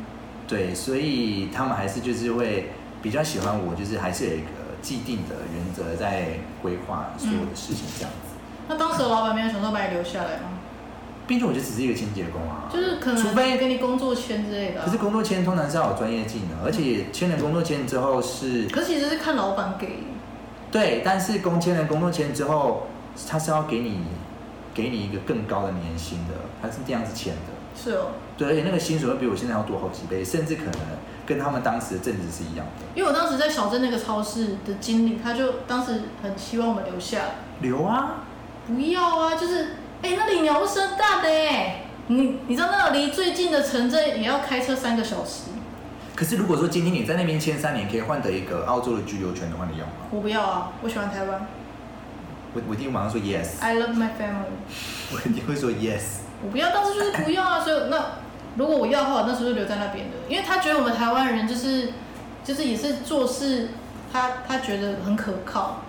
S1: 对，所以他们还是就是会比较喜欢我，就是还是有一个既定的原则在规划所有的事情这样子，
S2: 那当时的老板没有想说把你留下来吗？
S1: 毕竟我就只是一个清洁工啊，
S2: 嗯就是可
S1: 除
S2: 能
S1: 非
S2: 给你工作签之类的啊、
S1: 可是工作签通常是要有专业技能，而且签了工作签之后是
S2: 可是其实是看老板给。
S1: 对，但是工签了工作签之后，他是要给你给你一个更高的年薪的，他是这样子签的。
S2: 是哦，
S1: 对，而且那个薪水会比我现在要多好几倍，甚至可能跟他们当时的正职是一样的。
S2: 因为我当时在小镇那个超市的经理，他就当时很希望我们留下来，
S1: 留啊，
S2: 不要啊，就是哎、那里鸟不生蛋的哎，你你知道那离最近的城镇也要开车三个小时，
S1: 可是如果说今天你在那边签三年，可以换得一个澳洲的居留权的话，你要吗？
S2: 我不要啊，我喜欢台湾
S1: 我我一定马上说 yes，
S2: ，I love my family，
S1: 我一定会说 yes。
S2: 我不要，当时就是不要啊，所以那如果我要的话，我那时候就留在那边的，因为他觉得我们台湾人就是就是也是做事，他他觉得很可靠，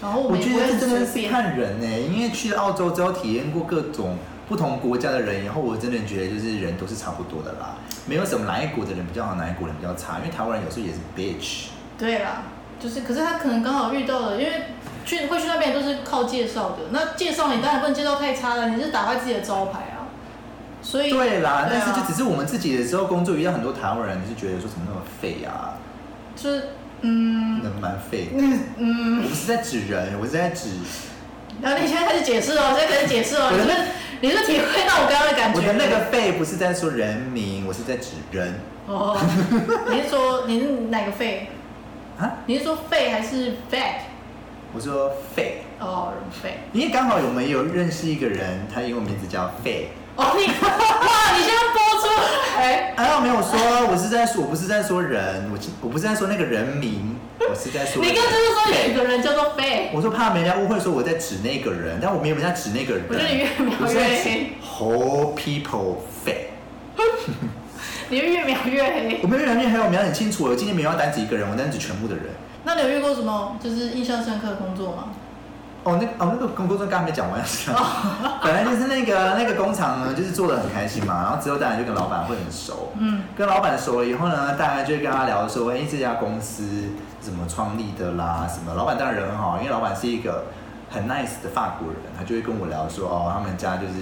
S2: 然后我
S1: 我
S2: 们也
S1: 觉
S2: 不会
S1: 得
S2: 很
S1: 真的
S2: 随
S1: 是
S2: 便，
S1: 看人呢、欸因为去澳洲之后体验过各种不同国家的人以后，我真的觉得就是人都是差不多的啦，没有什么哪一国的人比较好，哪一国人比较差。因为台湾人有时候也是 bitch，
S2: 对啦，就是可是他可能刚好遇到了，因为。去会去那边都是靠介绍的，那介绍你当然不能介绍太差了，你是打坏自己的招牌啊。所以
S1: 对啦，
S2: 对
S1: 但
S2: 啊
S1: 是就只是我们自己的时候工作遇到很多台湾人，就是觉得说怎么那么废啊，
S2: 就是嗯
S1: 那蛮废。
S2: 嗯，
S1: 我不是在指人，我是在指
S2: 然后你现在开始解释哦，现在开始解释哦，
S1: 我
S2: 你
S1: 的
S2: 是不是你是不是体会到我刚刚的感觉
S1: 我的那个废，不是在说人名，我是在指人
S2: 哦，你是说你是哪个肺？
S1: 啊。
S2: 你是说肺还是 fat？
S1: 我说废，
S2: 哦，人肺。
S1: 因为刚好我们有认识一个人，他英文名字叫废。
S2: 哦，你哇，你现在播出来，
S1: 哎，我没有说，我是在说，我不是在说人，我我不是在说那个人名，我是在说。
S2: 你刚刚就是说有一个人叫做肺，
S1: 我说怕人家误会说我在指那个人，但我没有在指那个人。
S2: 我觉得你越描越
S1: 我是在指 whole people fat。
S2: 你越描越黑。
S1: 我们人面还有我们要很清楚，我今天没有要单指一个人，我单指全部的人。
S2: 那你有遇过什么就是印象深刻的工作吗？
S1: 哦，那哦那个工作证刚还没讲完，啊
S2: 哦
S1: 本来就是那个那个工厂呢，就是做的很开心嘛，然后之后当然就跟老板会很熟，
S2: 嗯，
S1: 跟老板熟了以后呢，大家就会跟他聊说，哎、这家公司怎么创立的啦，什么。老板当然人很好，因为老板是一个很 nice 的法国人，他就会跟我聊说，哦，他们家就是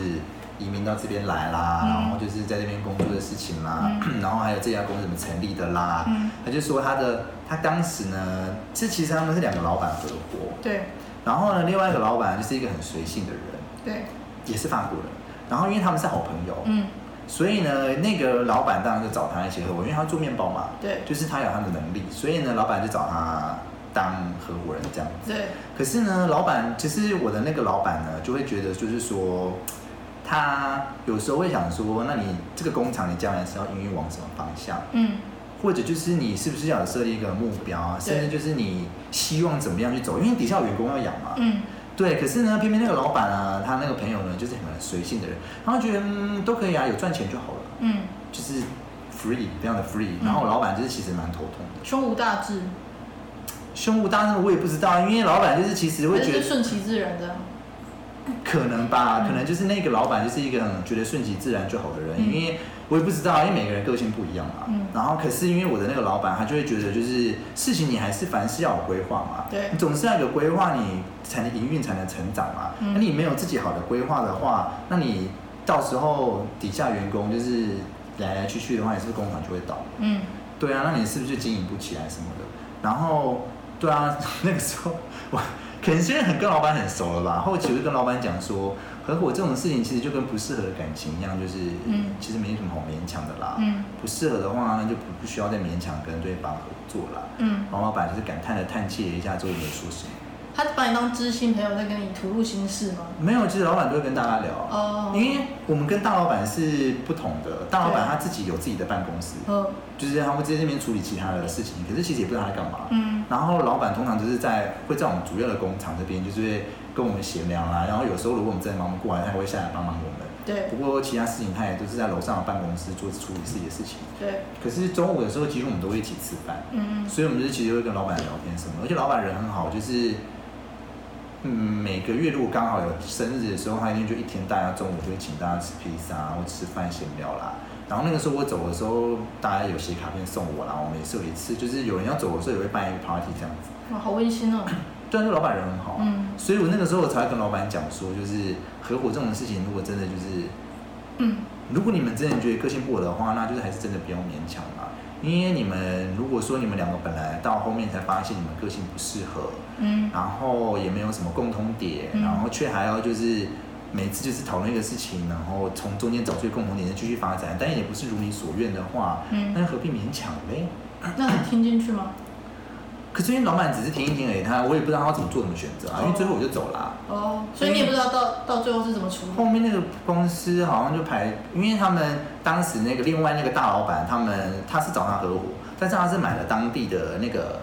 S1: 移民到这边来啦，
S2: 嗯
S1: 然后就是在这边工作的事情啦， 然后还有这家公司怎么成立的啦。
S2: 嗯
S1: 他就说他的他当时呢，这其实他们是两个老板合伙，
S2: 对
S1: 然后呢，另外一个老板就是一个很随性的人，
S2: 对，
S1: 也是法国人。然后因为他们是好朋友，
S2: 嗯
S1: 所以呢，那个老板当然就找他一起合伙，因为他做面包嘛，
S2: 对
S1: 就是他有他的能力，所以呢，老板就找他当合伙人这样。
S2: 对，
S1: 可是呢，老板其实我的那个老板呢，就会觉得就是说，他有时候会想说，那你这个工厂你将来是要营运往什么方向？
S2: 嗯
S1: 或者就是你是不是要有设立一个目标啊？
S2: 对
S1: 甚至就是你希望怎么样去走？因为底下有员工要养嘛，
S2: 嗯
S1: 对，可是呢，偏偏那个老板啊，他那个朋友呢，就是很随性的人，然后觉得嗯都可以啊，有赚钱就好了，
S2: 嗯，
S1: 就是 free 非常的 free。
S2: 嗯
S1: 然后我老板就是其实蛮头痛的，
S2: 胸无大志，
S1: 胸无大志我也不知道，因为老板就是其实会
S2: 但是
S1: 觉
S2: 就
S1: 得
S2: 顺其自然这样。
S1: 可能吧，可能就是那个老板就是一个很觉得顺其自然就好的人，
S2: 嗯
S1: 因为我也不知道，因为每个人个性不一样嘛。
S2: 嗯
S1: 然后可是因为我的那个老板，他就会觉得就是事情你还是凡事要有规划嘛，
S2: 对
S1: 你总是要有规划，你才能营运才能成长嘛。
S2: 嗯
S1: 那你没有自己好的规划的话，那你到时候底下员工就是来来去去的话，你是不是工厂就会倒？
S2: 嗯，
S1: 对啊，那你是不是就经营不起来什么的？然后，对啊， 那个时候我可能现在很跟老板很熟了吧，后期我就跟老板讲说，合伙这种事情其实就跟不适合的感情一样，就是、
S2: 嗯
S1: 其实没什么好勉强的啦。
S2: 嗯
S1: 不适合的话，那就不不需要再勉强跟对方合作啦。
S2: 嗯，
S1: 然后老板就是感叹的叹气了一下之后也没说什么，
S2: 他把你当知心朋友在跟你吐露心事吗？
S1: 没有，其实老板都会跟大家聊，
S2: 哦
S1: 因为我们跟大老板是不同的，大老板
S2: 对
S1: 他自己有自己的办公室，
S2: 嗯
S1: 就是他会在那边处理其他的事情，可是其实也不知道他在干嘛。
S2: 嗯
S1: 然后老板通常就是在会在我们主要的工厂这边，就是会跟我们闲聊啦。然后有时候如果我们真的忙不过来，他也会下来帮忙我们。
S2: 对
S1: 不过其他事情他也都是在楼上的办公室做处理自己的事情。
S2: 对，
S1: 可是中午的时候，其实我们都会一起吃饭，
S2: 嗯
S1: 所以我们就是其实会跟老板聊天什么。而且老板人很好，就是嗯每个月如果刚好有生日的时候，他一定就一天大家中午就会请大家吃披萨啊或吃饭闲聊啦。然后那个时候我走的时候，大家有写卡片送我啦。我们也是有一次，就是有人要走的时候也会办一个 party 这样子。
S2: 哇，好温馨哦，
S1: 对啊，就老板人很好啊，
S2: 嗯
S1: 所以我那个时候我才会跟老板讲说，就是合伙这种事情，如果真的就是，
S2: 嗯
S1: 如果你们真的觉得个性不合的话，那就是还是真的不用勉强啦。因为你们如果说你们两个本来到后面才发现你们个性不适合，
S2: 嗯
S1: 然后也没有什么共通点，
S2: 嗯
S1: 然后却还要就是每次就是讨论一个事情，然后从中间找出共同点再继续发展，但也不是如你所愿的话，
S2: 嗯，
S1: 那又何必勉强嘞？
S2: 那你听进去吗？
S1: 可是因为老板只是听一听而已，他我也不知道他要怎么做怎么选择啊，因为最后我就走了啊、
S2: 哦，所以你也不知道到到最后是怎么处理。
S1: 后面那个公司好像就排，因为他们当时那个另外那个大老板，他们他是找他合伙，但是他是买了当地的那个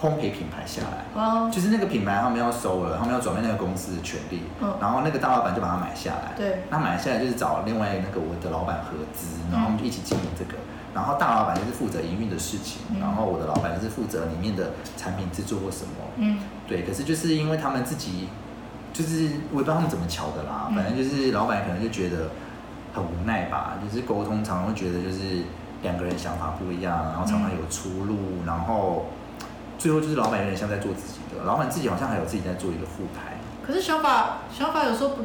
S1: 烘焙品牌下来，
S2: 哦，
S1: 就是那个品牌他们要收了，他们要转变那个公司的权利，
S2: 嗯
S1: 然后那个大老板就把它买下来，
S2: 对
S1: 那买下来就是找另外那个我的老板合资，然后我们就一起经营这个。然后大老板就是负责营运的事情，
S2: 嗯
S1: 然后我的老板就是负责里面的产品制作或什么，
S2: 嗯
S1: 对，可是就是因为他们自己，就是我也不知道他们怎么瞧的啦，
S2: 嗯
S1: 反正就是老板可能就觉得很无奈吧，就是沟通常常会觉得就是两个人想法不一样，然后常常有出入，然后最后就是老板有点像在做自己的，老板自己好像还有自己在做一个副牌，
S2: 可是想法想法有时候不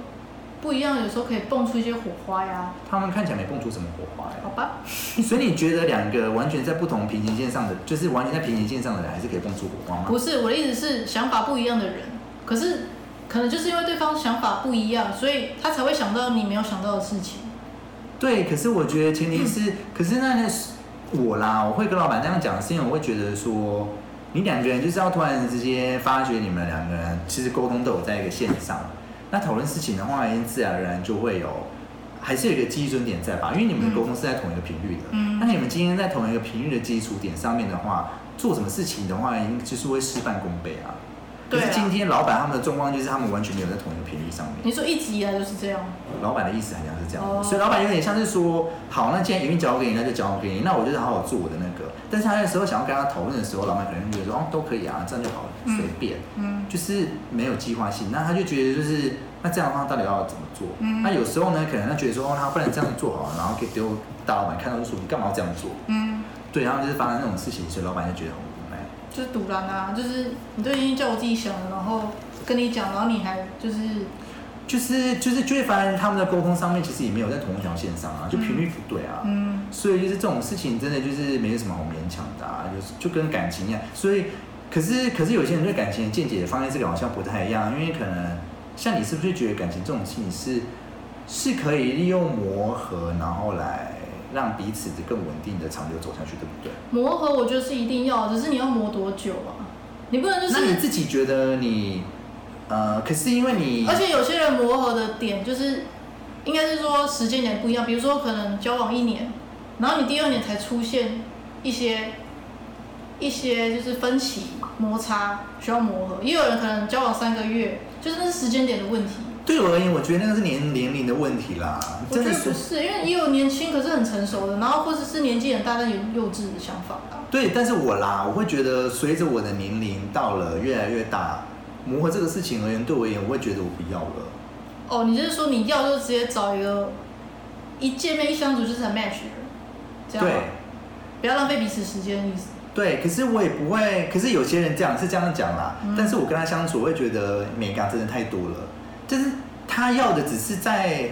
S2: 不一样，有时候可以蹦出一些火花呀，
S1: 他们看起来没蹦出什么火花
S2: 好
S1: 呀。
S2: 吧？
S1: 所以你觉得两个完全在不同平行线上的，就是完全在平行线上的人，还是可以蹦出火花吗？
S2: 不是我的意思是想法不一样的人，可是可能就是因为对方想法不一样，所以他才会想到你没有想到的事情。
S1: 对，可是我觉得前
S2: 嗯
S1: 提是，可是那那是我啦，我会跟老板这样讲，是因为我会觉得说，你两个人就是要突然之间发觉你们两个人其实沟通都有在一个线上，那讨论事情的话，自然而然就会有，还是有一个基准点在吧，因为你们的沟通是在同一个频率的，
S2: 嗯
S1: 那你们今天在同一个频率的基础点上面的话，做什么事情的话，一定就是会事半功倍啊。可
S2: 对啊
S1: 是今天老板他们的状况就是他们完全没有在同一个频率上面。
S2: 你说一直以来就是这样，
S1: 老板的意思好像是这样，
S2: 哦
S1: 所以老板有点像是说，好，那既然营运交给你，那就交给你，那我就是好好做我的那个。但是他那时候想要跟他讨论的时候，老板可能就觉得说，哦，都可以啊，这样就好了，
S2: 嗯
S1: 随便，
S2: 嗯
S1: 就是没有计划性。那他就觉得就是，那这样的话到底要怎么做？
S2: 嗯
S1: 那有时候呢，可能他觉得说，哦，他不然这样做好了，然后给丢大老板看到就说，你干嘛要这样做？
S2: 嗯，
S1: 对，然后就是发生那种事情，所以老板就觉得很无奈。
S2: 就是堵然啊，就是你都已经叫我自己想了，然后跟你讲，然后你还就是
S1: 就是就是就会发现他们的沟通上面其实也没有在同一条线上啊，就频率不对啊。
S2: 嗯
S1: 所以就是这种事情，真的就是没有什么好勉强的、啊，就是就跟感情一样。所以，可是可是有些人对感情的见解方面，这个好像不太一样，因为可能像你是不是觉得感情这种事情是是可以利用磨合，然后来让彼此更稳定的长久走下去，对不对？
S2: 磨合，我觉得是一定要的，只是你要磨多久啊？你不能就
S1: 那你
S2: 是
S1: 自己觉得你呃，可是因为你
S2: 而且有些人磨合的点就是，应该是说时间点不一样，比如说可能交往一年，然后你第二年才出现一些一些就是分歧摩擦需要磨合，也有人可能交往三个月，就是那是时间点的问题。
S1: 对我而言，我觉得那个是年年龄的问题啦，
S2: 我觉
S1: 真
S2: 得
S1: 的
S2: 不
S1: 是。
S2: 是，因为也有年轻可是很成熟的，然后或者是年纪很大但有幼稚的想法啊。
S1: 对，但是我啦，我会觉得随着我的年龄到了越来越大，磨合这个事情而言，对我而言，我会觉得我不要了。
S2: 哦，你就是说你要就直接找一个一见面一相处就是很 match 的人，这样吗
S1: 对
S2: 不要浪费彼此时间的意思。
S1: 对，可是我也不会，可是有些人这样是这样讲啦，
S2: 嗯
S1: 但是我跟他相处，我会觉得美感真的太多了，就是他要的只是在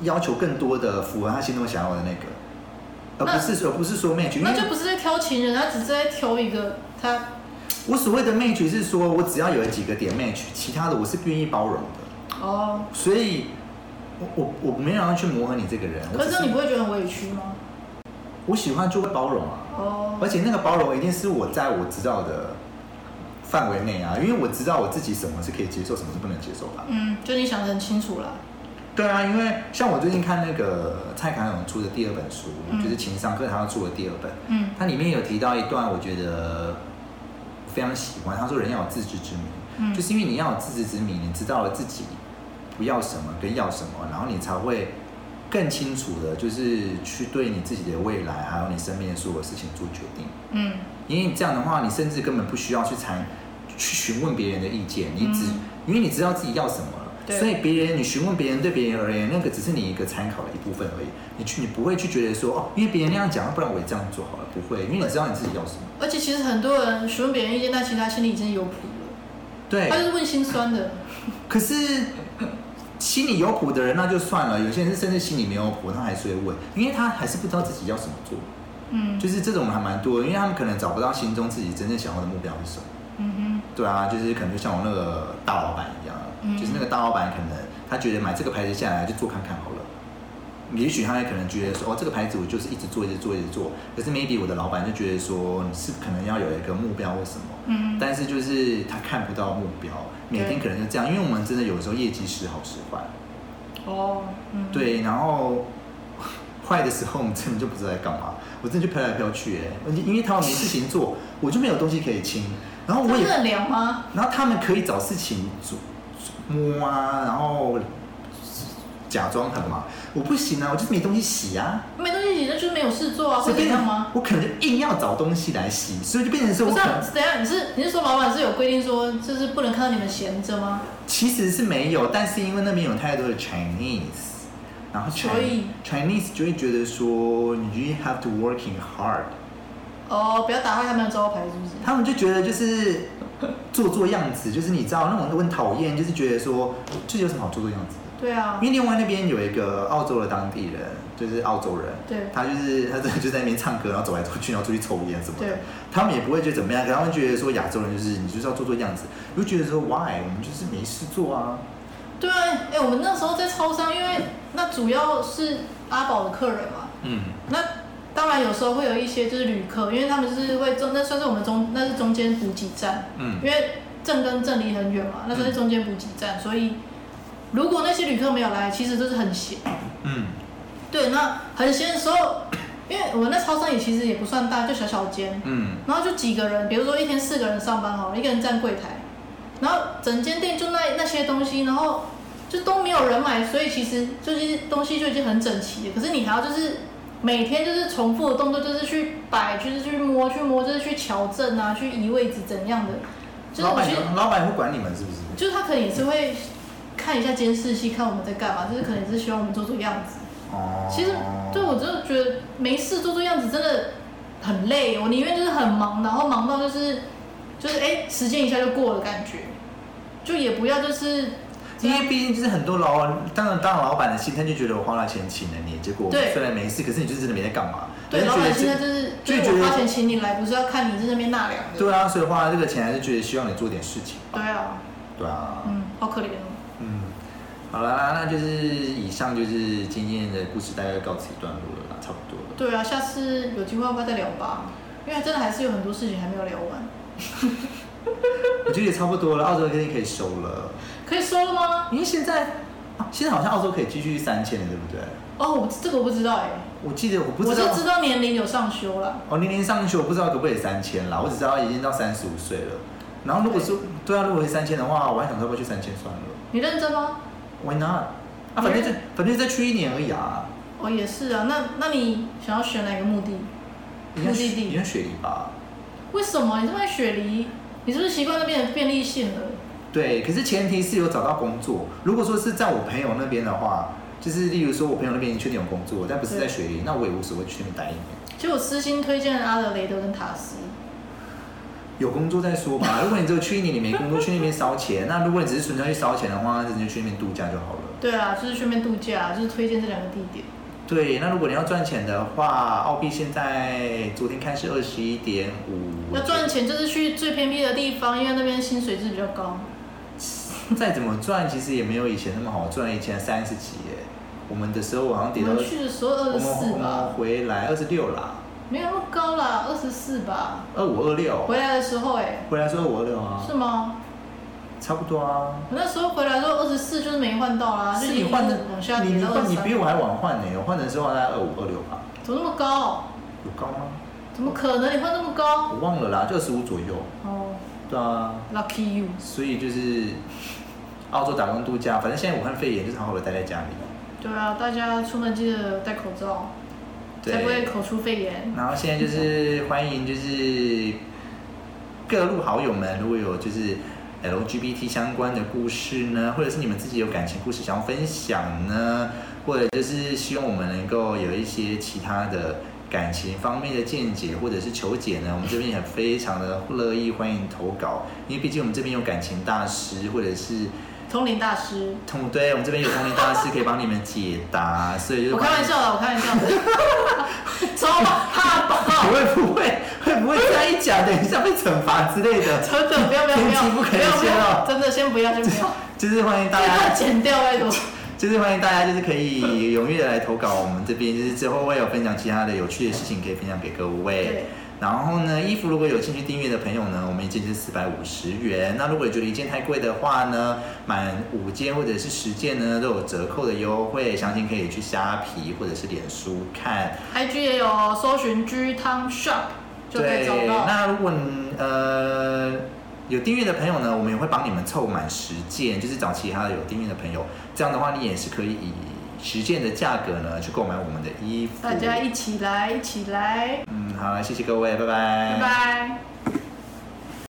S1: 要求更多的符合他心中想要的那个，而
S2: 那
S1: 不是而不是说 match，因为
S2: 那就不是在挑情人，他只是在挑一个他
S1: 我所谓的 match 是说我只要有几个点 match，其他的我是愿意包容的，
S2: 哦。
S1: 所以我我我没有要去磨合你这个人，我
S2: 可是
S1: 只
S2: 这样你不会觉得很委屈吗？
S1: 我喜欢就会包容啊，
S2: 哦
S1: 而，且那个包容一定是我在我知道的范围内啊，因为我知道我自己什么是可以接受，什么是不能接受吧。
S2: 嗯，就你想的很清楚啦。
S1: 对啊，因为像我最近看那个蔡康永出的第二本书，
S2: 嗯
S1: 就是情商课他要出的第二本，
S2: 嗯
S1: 它里面有提到一段，我觉得非常喜欢。他说人要有自知之明，
S2: 嗯，
S1: 就是因为你要有自知之明，你知道了自己不要什么跟要什么，然后你才会更清楚的，就是去对你自己的未来，还有你身边的所有事情做决定。
S2: 嗯
S1: 因为你这样的话，你甚至根本不需要去参去询问别人的意见，你只、
S2: 嗯
S1: 因为你知道自己要什么了，
S2: 对
S1: 所以别人你询问别人对别人而言，那个只是你一个参考的一部分而已。你去你不会去觉得说哦，因为别人那样讲，不然我也这样做好了，不会，因为你知道你自己要什么。
S2: 而且其实很多人询问别人意见，但其实他心里已经有谱了，
S1: 对
S2: 他，就是问心酸的。
S1: 可是心里有谱的人那就算了，有些人是甚至心里没有谱，他还是会问，因为他还是不知道自己要什么做，
S2: 嗯，
S1: 就是这种还蛮多的，因为他们可能找不到心中自己真正想要的目标是什么。
S2: 嗯
S1: 对啊，就是可能就像我那个大老板一样，
S2: 嗯
S1: 就是那个大老板可能他觉得买这个牌子下来就做看看好了。也许他也可能觉得说，哦，这个牌子我就是一直做，一直做，一直做。可是 maybe 我的老板就觉得说，你是可能要有一个目标或什么，
S2: 哼，嗯，
S1: 但是就是他看不到目标，每天可能就这样。因为我们真的有时候业绩时好时坏，
S2: 嗯哦，嗯，，
S1: 对，然后坏的时候我们真的就不知道在干嘛。我真的就飘来飘去、欸，而且因为他们没事情做，我就没有东西可以清，然后我也
S2: 真的很凉吗？
S1: 然后他们可以找事情做摸啊，然后假装很忙。我不行啊，我就是没东西洗啊。
S2: 没东西洗，那就是没有事做啊，
S1: 所
S2: 会
S1: 以
S2: 怎
S1: 变
S2: 样
S1: 成
S2: 吗？
S1: 我可能就硬要找东西来洗，所以就变成说我
S2: 不是、
S1: 可
S2: 啊，
S1: 能
S2: 等一下你是你是说老板是有规定说，就是不能看到你们闲着吗？
S1: 其实是没有，但是因为那边有太多的 Chinese，然后 Chinese
S2: 所以
S1: Chinese 就会觉得说你 have to working hard，
S2: 哦，不要打坏他们的招牌，是不是？
S1: 他们就觉得就是做做样子，就是你知道那种都很讨厌，就是觉得说这有什么好做做样子的。
S2: 对啊
S1: 因，为另外那边有一个澳洲的当地人，就是澳洲人，
S2: 对
S1: 他就是他真的就在那边唱歌，然后走来走去，然后出去抽烟什么的
S2: 对。
S1: 他们也不会觉得怎么样，可他们觉得说亚洲人就是你就是要做做样子，我就觉得说 why 我们就是没事做啊。
S2: 对啊，哎、我们那时候在超商，因为那主要是阿宝的客人嘛，
S1: 嗯，
S2: 那当然有时候会有一些就是旅客，因为他们就是会中，那算是我们中那是中间补给站，
S1: 嗯
S2: 因为正跟正离很远嘛，那算是中间补给站，所以如果那些旅客没有来，其实就是很闲。
S1: 嗯
S2: 对，那很闲的时候， 因为我那超商也其实也不算大，就小小间，
S1: 嗯
S2: 然后就几个人，比如说一天四个人上班好了，一个人站柜台，然后整间店就那那些东西，然后就都没有人买，所以其实就是东西就已经很整齐了。可是你还要就是每天就是重复的动作，就是去摆，就是去摸，去摸，就是去矫正啊，去移位置怎样的，就是
S1: 老
S2: 我
S1: 板
S2: 觉得
S1: 老板会管你们是不是？
S2: 就是他可能也是会看一下监视器，看我们在干嘛，就是可能也是希望我们做做样子。
S1: 哦，
S2: 其实对我真的觉得没事做做样子真的很累，我宁愿就是很忙，然后忙到就是就是哎、时间一下就过了感觉，就也不要就是这
S1: 因
S2: 样
S1: 为毕竟就是很多老，当然当然老板的心态就觉得我花了钱请了你，结果
S2: 对
S1: 虽然没事，可是你就是真的没在干嘛。
S2: 对
S1: 人家
S2: 老
S1: 觉得
S2: 板
S1: 这
S2: 现在就是
S1: 就
S2: 就
S1: 觉
S2: 是
S1: 得
S2: 我花钱请你来，不是要看你在那边纳凉的。
S1: 对啊，所以花了这个钱还是觉得希望你做点事情吧。
S2: 对啊，
S1: 对啊，
S2: 嗯，好可怜哦。
S1: 嗯，好啦，那就是以上就是今天的故事，大概告此一段落了啦，差不多了。
S2: 对啊，下次有机会要不要再聊吧？因为真的还是有很多事情还没有聊完，
S1: 我觉得也差不多了，澳洲肯定可以收了，
S2: 可以收了吗？
S1: 因为现在、啊现在好像澳洲可以继续三千了，对不对？
S2: 哦，我这个我不知道哎、
S1: 我记得我不
S2: 我
S1: 知
S2: 就
S1: 道
S2: 知道年龄有上修了。
S1: 哦，年龄上去我不知道可不可以三千啦，我只知道已经到三十五岁了。然后如果说对啊，如果是三千的话，我还想说要不要去三千算了
S2: 你认真吗？
S1: ，Why not？啊，反正就反正再去一年而已啊，
S2: 哦，也是啊。那那你想要选哪个目的？
S1: 应该
S2: 目的
S1: 雪
S2: 地
S1: 应该雪梨吧？
S2: 为什么你这么爱雪梨？你是不是习惯那边的便利性了？
S1: 对，可是前提是有找到工作。如果说是在我朋友那边的话，就是例如说我朋友那边确定有工作，但不是在雪梨，那我也无所谓去那边待一年。
S2: 其实我私心推荐阿德雷德跟塔斯，
S1: 有工作再说吧。如果你只有去一年，你没工作，去那边烧钱。那如果你只是纯粹去烧钱的话，那你就去那边度假就好了。
S2: 对啊，就是顺便度假，就是推荐这两个地点。
S1: 对，那如果你要赚钱的话，澳币现在昨天开始二十一点五。
S2: 要赚钱就是去最偏僻的地方，因为那边薪水是比较高。
S1: 再怎么赚，其实也没有以前那么好赚。以前三十几耶，我们的时候好像
S2: 我
S1: 跌到
S2: 们去的时候二
S1: 我
S2: 十
S1: 们
S2: 四
S1: 我们
S2: 吧，
S1: 回来二十六啦，
S2: 没有那么高啦，二十四吧。
S1: 二五二六，
S2: 回来的时候哎、
S1: 回来说二五二六啊，
S2: 是吗？
S1: 差不多啊。
S2: 我那时候回来之后二十四啊就是没换到啦，
S1: 是
S2: 就
S1: 你
S2: 一直
S1: 换的
S2: 往下，
S1: 你
S2: 跌
S1: 你
S2: 到
S1: 换
S2: 二
S1: 你
S2: 十
S1: 比
S2: 三。
S1: 我还晚换呢、我换的时候大概二五二六吧，
S2: 怎么那么高？
S1: 有高吗？
S2: 怎么可能你换那么高？
S1: 我忘了啦，就二十五左右。
S2: 哦
S1: 对啊，
S2: ，lucky you。
S1: 所以就是澳洲打工度假，反正现在武汉肺炎就是好好的待在家里。
S2: 对啊，大家出门记得戴口罩，才不会
S1: 对，
S2: 口出肺炎。
S1: 然后现在就是欢迎就是各路好友们，如果有就是 LGBT 相关的故事呢，或者是你们自己有感情故事想要分享呢，或者就是希望我们能够有一些其他的感情方面的见解或者是求解呢，我们这边也非常的乐意欢迎投稿，因为毕竟我们这边有感情大师或者是。
S2: 通灵大师，
S1: 通对，我们这边有通灵大师可以帮你们解答，所以就是
S2: 我开玩笑的，我开玩笑的， 超怕
S1: 你
S2: 爆，
S1: 会不会会不会再一讲，等一下被惩罚之类 的？
S2: 真的不要不要不
S1: 天
S2: 要，
S1: 机不可
S2: 不
S1: 以
S2: 要不
S1: 泄
S2: 要，
S1: 露
S2: 真的先不要先不要，
S1: 就是欢迎 大
S2: 这段
S1: 家，
S2: 剪掉拜托。
S1: 就是欢迎大家，就是可以踊跃的来投稿，我们这边就是之后会有分享其他的有趣的事情可以分享给各位
S2: 对。
S1: 然后呢，衣服如果有兴趣订阅的朋友呢，我们一件是四百五十元。那如果觉得一件太贵的话呢，满五件或者是十件呢都有折扣的优惠，详情可以去虾皮或者是脸书看。
S2: IG 也有哦搜寻 G 汤 Shop 就可以
S1: 对
S2: 找，到。
S1: 那如果你呃有订阅的朋友呢，我们也会帮你们凑满十件，就是找其他的有订阅的朋友，这样的话你也是可以以十件的价格呢去购买我们的衣服。
S2: 大家一起来，一起来，
S1: 嗯，好，谢谢各位，拜
S2: 拜拜。